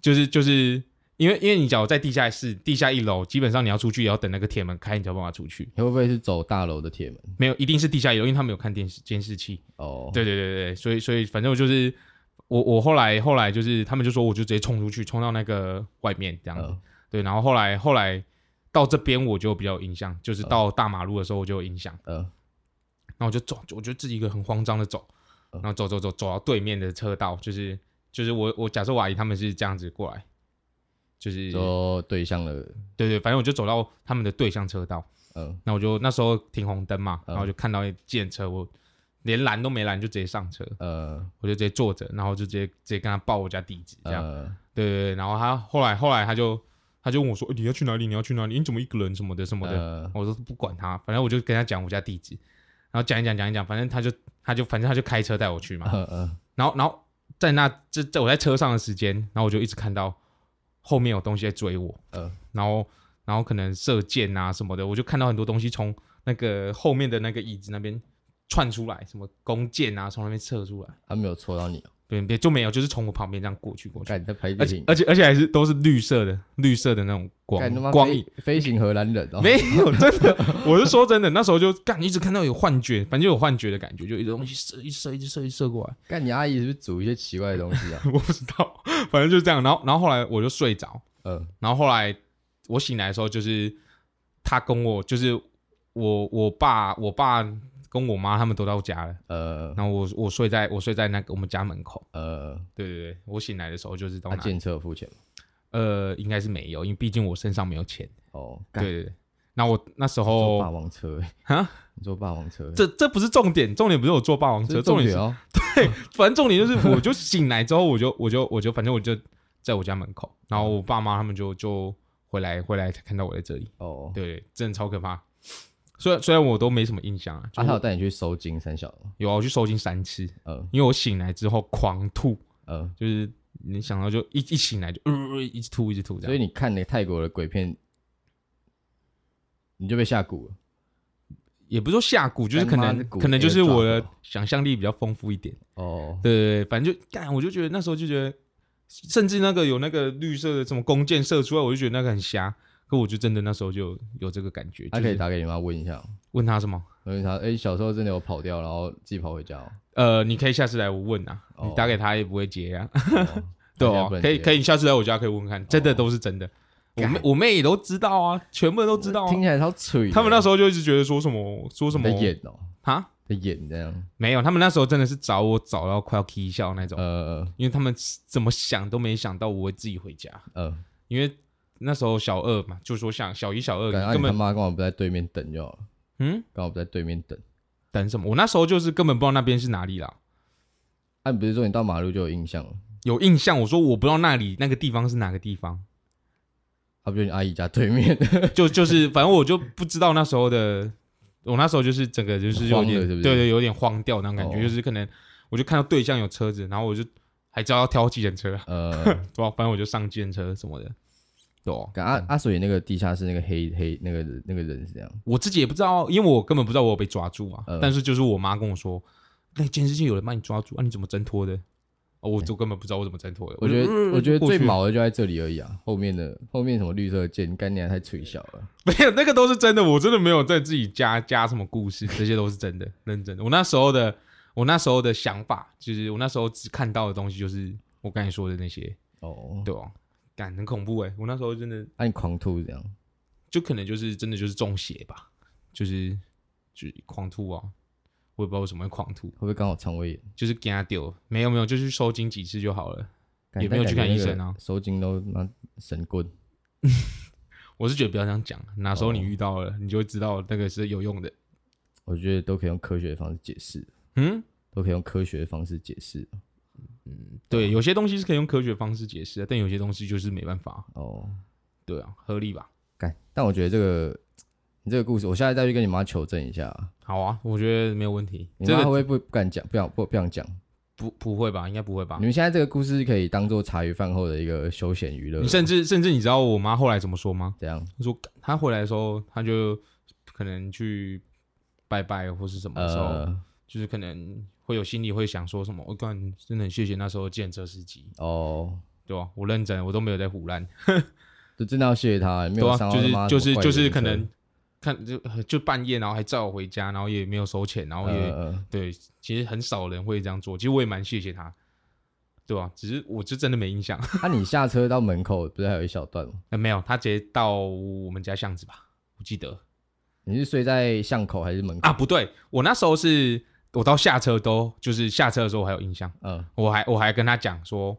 Speaker 2: 就是就是因为因为你假如在地下室、地下一楼，基本上你要出去也要等那个铁门开，你才有办法出去，
Speaker 1: 你会不会是走大楼的铁门？
Speaker 2: 没有一定是地下一楼，因为他们有看电视监视器，
Speaker 1: 哦，
Speaker 2: 对对对对，所以所以反正我就是我我后来后来就是他们就说我就直接冲出去，冲到那个外面这样子。
Speaker 1: 呃，
Speaker 2: 对，然后后来后来到这边我就比较有印象，就是到大马路的时候我就有印象，
Speaker 1: 呃
Speaker 2: 然后我就走，我就自己一个很慌张的走，
Speaker 1: 嗯
Speaker 2: 然后走走走走到对面的车道，就是就是我我假设我阿姨他们是这样子过来，就是
Speaker 1: 说对象的，
Speaker 2: 对对，反正我就走到他们的对向车道，
Speaker 1: 呃
Speaker 2: 那我就那时候停红灯嘛，
Speaker 1: 嗯
Speaker 2: 然后就看到一见车，我连拦都没拦就直接上车，
Speaker 1: 呃
Speaker 2: 我就直接坐着，然后就直接直接跟他报我家地址，这样，
Speaker 1: 呃，
Speaker 2: 对对对，然后他后来后来他就他就问我说、欸你要去哪里？你要去哪里？你怎么一个人什么的什么的？
Speaker 1: 呃
Speaker 2: 我说不管他，反正我就跟他讲我家地址，然后讲一讲讲一讲，反正他就他就反正他就开车带我去嘛，
Speaker 1: 呃呃
Speaker 2: 然后然后在那这在我在车上的时间，然后我就一直看到后面有东西在追我，
Speaker 1: 呃
Speaker 2: 然后然后可能射箭啊什么的，我就看到很多东西从那个后面的那个椅子那边窜出来，什么弓箭啊从那边射出来。
Speaker 1: 他没有戳到你哦，
Speaker 2: 对，别就没有，就是从我旁边这样过去过去，
Speaker 1: 干你在拍
Speaker 2: 而
Speaker 1: 电
Speaker 2: 且
Speaker 1: 影，
Speaker 2: 而且而且还是都是绿色的，绿色的那种
Speaker 1: 干他妈
Speaker 2: 光光
Speaker 1: 飞
Speaker 2: 影。
Speaker 1: 飞行荷兰人哦，
Speaker 2: 没有， 真的，我是说真的，那时候就干，一直看到有幻觉，反正就有幻觉的感觉，就一直东西射，一直射，一直射，一直射过来，
Speaker 1: 干你阿姨是不是煮一些奇怪的东西啊？
Speaker 2: 我不知道，反正就是这样。然后，然后后来我就睡着，
Speaker 1: 呃
Speaker 2: 然后后来我醒来的时候，就是他跟我，就是我我爸我爸跟我妈他们都到家了，
Speaker 1: 呃
Speaker 2: 然后我我睡在我睡在那个我们家门口，
Speaker 1: 呃，
Speaker 2: 对对对，我醒来的时候就是到
Speaker 1: 他
Speaker 2: 那
Speaker 1: 建设有付钱吗？
Speaker 2: 呃，应该是没有，因为毕竟我身上没有钱。
Speaker 1: 哦，干
Speaker 2: 对对对，那我那时
Speaker 1: 你坐霸
Speaker 2: 候
Speaker 1: 王车欸
Speaker 2: 哈，
Speaker 1: 你坐霸王车欸，
Speaker 2: 这这不是重点，重点不是我坐霸王
Speaker 1: 这
Speaker 2: 车，
Speaker 1: 是重
Speaker 2: 点
Speaker 1: 点
Speaker 2: 是
Speaker 1: 哦，
Speaker 2: 反正重点就是， 我就醒来之后，我就我就我就反正我就在我家门口，然后我爸妈他们就就回来回来才看到我在这里。
Speaker 1: 哦，
Speaker 2: 对对，真的超可怕。虽然虽然我都没什么印象啊，就
Speaker 1: 啊，他有带你去收金三小吗？
Speaker 2: 有啊我去收金三次，
Speaker 1: 呃
Speaker 2: 因为我醒来之后狂吐，
Speaker 1: 呃，
Speaker 2: 就是你想到就一一醒来就呃呃呃一直吐一直吐这
Speaker 1: 所以
Speaker 2: 样。
Speaker 1: 你看那个泰国的鬼片，你就被吓唬了。
Speaker 2: 也不是说下蛊，就是可
Speaker 1: 干妈
Speaker 2: 能
Speaker 1: 的蛊
Speaker 2: 可能就是我的
Speaker 1: airdrop
Speaker 2: 想象力比较丰富一点。
Speaker 1: 哦，
Speaker 2: 对对对，反正就干，我就觉得那时候就觉得，甚至那个有那个绿色的什么弓箭射出来，我就觉得那个很瞎。可我就真的那时候就有这个感觉，
Speaker 1: 他
Speaker 2: 就
Speaker 1: 可以
Speaker 2: 是
Speaker 1: 打给你妈问一下哦，
Speaker 2: 问他什么？
Speaker 1: 问一下，哎，小时候真的有跑掉，然后自己跑回家哦。
Speaker 2: 呃，你可以下次来我问啊，
Speaker 1: 哦
Speaker 2: 你打给他也不会接啊，
Speaker 1: 哦 他
Speaker 2: 对
Speaker 1: 现在
Speaker 2: 哦
Speaker 1: 不，能
Speaker 2: 可以
Speaker 1: 接
Speaker 2: 可以，你下次来我家可以问问看，真的
Speaker 1: 哦
Speaker 2: 都是真的。我
Speaker 1: 干
Speaker 2: 妹我妹也都知道啊，全部人都知道啊
Speaker 1: 听。起来超脆的。
Speaker 2: 他们那时候就一直觉得说什么说什么
Speaker 1: 在演哦，
Speaker 2: 啊，
Speaker 1: 在演这样。
Speaker 2: 没有，他们那时候真的是找我找到快要 k 笑那种，
Speaker 1: 呃
Speaker 2: 因为他们怎么想都没想到我会自己回家。
Speaker 1: 呃，
Speaker 2: 因为那时候小二嘛，就说想小一、小二
Speaker 1: 感觉
Speaker 2: 根
Speaker 1: 你他
Speaker 2: 本
Speaker 1: 妈刚好不在对面等就好了，
Speaker 2: 嗯
Speaker 1: 刚好不在对面等。
Speaker 2: 等什么？我那时候就是根本不知道那边是哪里啦，
Speaker 1: 啊，你不是说你到马路就有印象了？
Speaker 2: 有印象我说我不知道那里那个地方是哪个地方，
Speaker 1: 他不就你阿姨家对面，
Speaker 2: 就就是反正我就不知道那时候的，我那时候就是整个就是有
Speaker 1: 慌了
Speaker 2: 点
Speaker 1: 是不是
Speaker 2: 对对有点慌掉那种感觉，
Speaker 1: 哦
Speaker 2: 就是可能我就看到对象有车子，然后我就还知道要挑计程车，啊
Speaker 1: 呃，
Speaker 2: 对吧、反正我就上计程车什么的。对、哦，
Speaker 1: 阿阿水那个地下室那个黑黑那个那个人是这样，
Speaker 2: 我自己也不知道，因为我根本不知道我有被抓住啊。
Speaker 1: 嗯
Speaker 2: 但是就是我妈跟我说，那监视器有人把你抓住啊，你怎么挣脱的？哦，我就根本不知道我怎么挣脱的。
Speaker 1: 我觉得我觉得
Speaker 2: 过去
Speaker 1: 最毛的就在这里而已啊，后面的后面什么绿色键，干娘太吹小了。
Speaker 2: 没有，那个都是真的，我真的没有在自己加加什么故事，这些都是真的，认真的。我那时候的，我那时候的想法，就是我那时候只看到的东西，就是我刚才说的那些，
Speaker 1: 哦，啊
Speaker 2: 对吧、感很恐怖哎、我那时候真的
Speaker 1: 那、你狂吐这样，
Speaker 2: 就可能就是真的就是中邪吧，就是就是狂吐啊，我也不知道为什么会狂吐
Speaker 1: 会，不会刚好肠胃炎？
Speaker 2: 就是给他丢，没有没有，就去收紧几次就好了。
Speaker 1: 感
Speaker 2: 也没有去看医
Speaker 1: 但
Speaker 2: 生啊，
Speaker 1: 感觉那个手筋都拿神棍。
Speaker 2: 我是觉得不要这样讲，哪时候你遇到了，你就会知道那个是有用的。
Speaker 1: 我觉得都可以用科学的方式解释，
Speaker 2: 嗯，
Speaker 1: 都可以用科学的方式解释。
Speaker 2: 对，有些东西是可以用科学方式解释的，但有些东西就是没办法。
Speaker 1: 哦，
Speaker 2: 对啊，合理吧？
Speaker 1: 干，但我觉得这个你这个故事，我下次再去跟你妈求证一下啊。
Speaker 2: 好啊，我觉得没有问题。
Speaker 1: 你
Speaker 2: 这
Speaker 1: 妈会
Speaker 2: 个
Speaker 1: 不会不不敢讲，不想不不想讲？
Speaker 2: 不不会吧？应该不会吧
Speaker 1: 你？们现在这个故事可以当做茶余饭后的一个休闲娱乐。
Speaker 2: 你甚至甚至你知道我妈后来怎么说吗？
Speaker 1: 这样？
Speaker 2: 她说干她回来的时候，她就可能去拜拜或是什么的时候，
Speaker 1: 呃，
Speaker 2: 就是可能会有心里会想说什么，我、干真的很谢谢那时候建车司机，
Speaker 1: 哦，
Speaker 2: 对吧、我认真，我都没有在胡乱，
Speaker 1: 就真的要谢谢他，没
Speaker 2: 对
Speaker 1: 有
Speaker 2: 啊，
Speaker 1: 伤到
Speaker 2: 就
Speaker 1: 他妈
Speaker 2: 是就是
Speaker 1: 什么怪
Speaker 2: 就
Speaker 1: 人
Speaker 2: 是
Speaker 1: 的
Speaker 2: 可
Speaker 1: 车
Speaker 2: 能看就呃就半夜，然后还载我回家，然后也没有收钱，然后也、
Speaker 1: 呃呃
Speaker 2: 对，其实很少人会这样做。其实我也蛮谢谢他，对吧、只是我就真的没印象。
Speaker 1: 那、啊你下车到门口不是还有一小段吗？
Speaker 2: 呃没有，他直接到我们家巷子吧，我记得
Speaker 1: 你是睡在巷口还是门口？
Speaker 2: 啊，不对，我那时候是我到下车都就是下车的时候我还有印象，
Speaker 1: 嗯、
Speaker 2: 我还我还跟他讲说，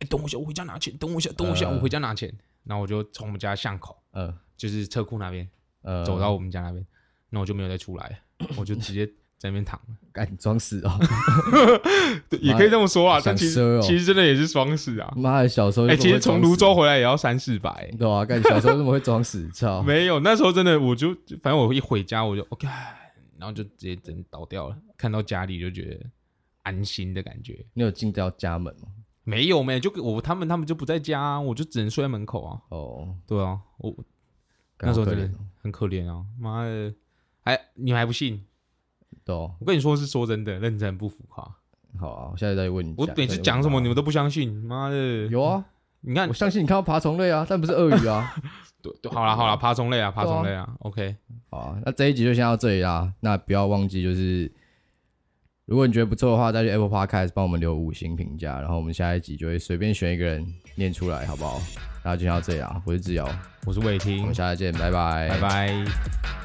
Speaker 2: 哎，等我一下，我回家拿钱，等我一下，等我一下，
Speaker 1: 呃
Speaker 2: 我回家拿钱。然后我就从我们家巷口，
Speaker 1: 嗯
Speaker 2: 就是车库那边
Speaker 1: 呃，
Speaker 2: 走到我们家那边，那我就没有再 出来，我就直接在那边躺了。
Speaker 1: 干装死哦！
Speaker 2: 对，也可以这么说啊，但其
Speaker 1: 想奢
Speaker 2: 实
Speaker 1: 哦
Speaker 2: 其实真的也是双死啊。
Speaker 1: 妈的，小时候
Speaker 2: 哎、
Speaker 1: 就
Speaker 2: 其实从
Speaker 1: 怎么
Speaker 2: 泸州
Speaker 1: 会装
Speaker 2: 回来也要三四百、
Speaker 1: 死对啊，干小时候怎么会装死？ 操！
Speaker 2: 没有，那时候真的我就反正我一回家我就 OK，然后就直接真的倒掉了。看到家里就觉得安心的感觉，
Speaker 1: 你有进到家门吗？
Speaker 2: 没有没就我他们他们就不在家、啊，我就只能睡在门口啊。
Speaker 1: 哦，
Speaker 2: 对啊，我
Speaker 1: 干
Speaker 2: 那时候
Speaker 1: 好可
Speaker 2: 真
Speaker 1: 怜
Speaker 2: 的
Speaker 1: 哦
Speaker 2: 很可怜啊，妈的，还你们还不信？
Speaker 1: 对哦，
Speaker 2: 我跟你说是说真的，认真不浮夸。
Speaker 1: 好啊，我下次再问你。
Speaker 2: 我每次讲什么你们
Speaker 1: 都
Speaker 2: 都不相信，妈的！
Speaker 1: 有 啊，
Speaker 2: 你看
Speaker 1: 我，相信你看到爬虫类啊，但不是鳄鱼啊。
Speaker 2: 对对，好啦好啦，爬虫类啊，爬虫类啊，OK。
Speaker 1: 好啊，那这一集就先到这里啦。那不要忘记，就是如果你觉得不错的话，再去 Apple Podcast 帮我们留五星评价，然后我们下一集就会随便选一个人念出来，好不好？那就先到这里啦，我是志尧，
Speaker 2: 我是魏
Speaker 1: 我
Speaker 2: 听
Speaker 1: 们，下次见，拜拜，
Speaker 2: 拜拜。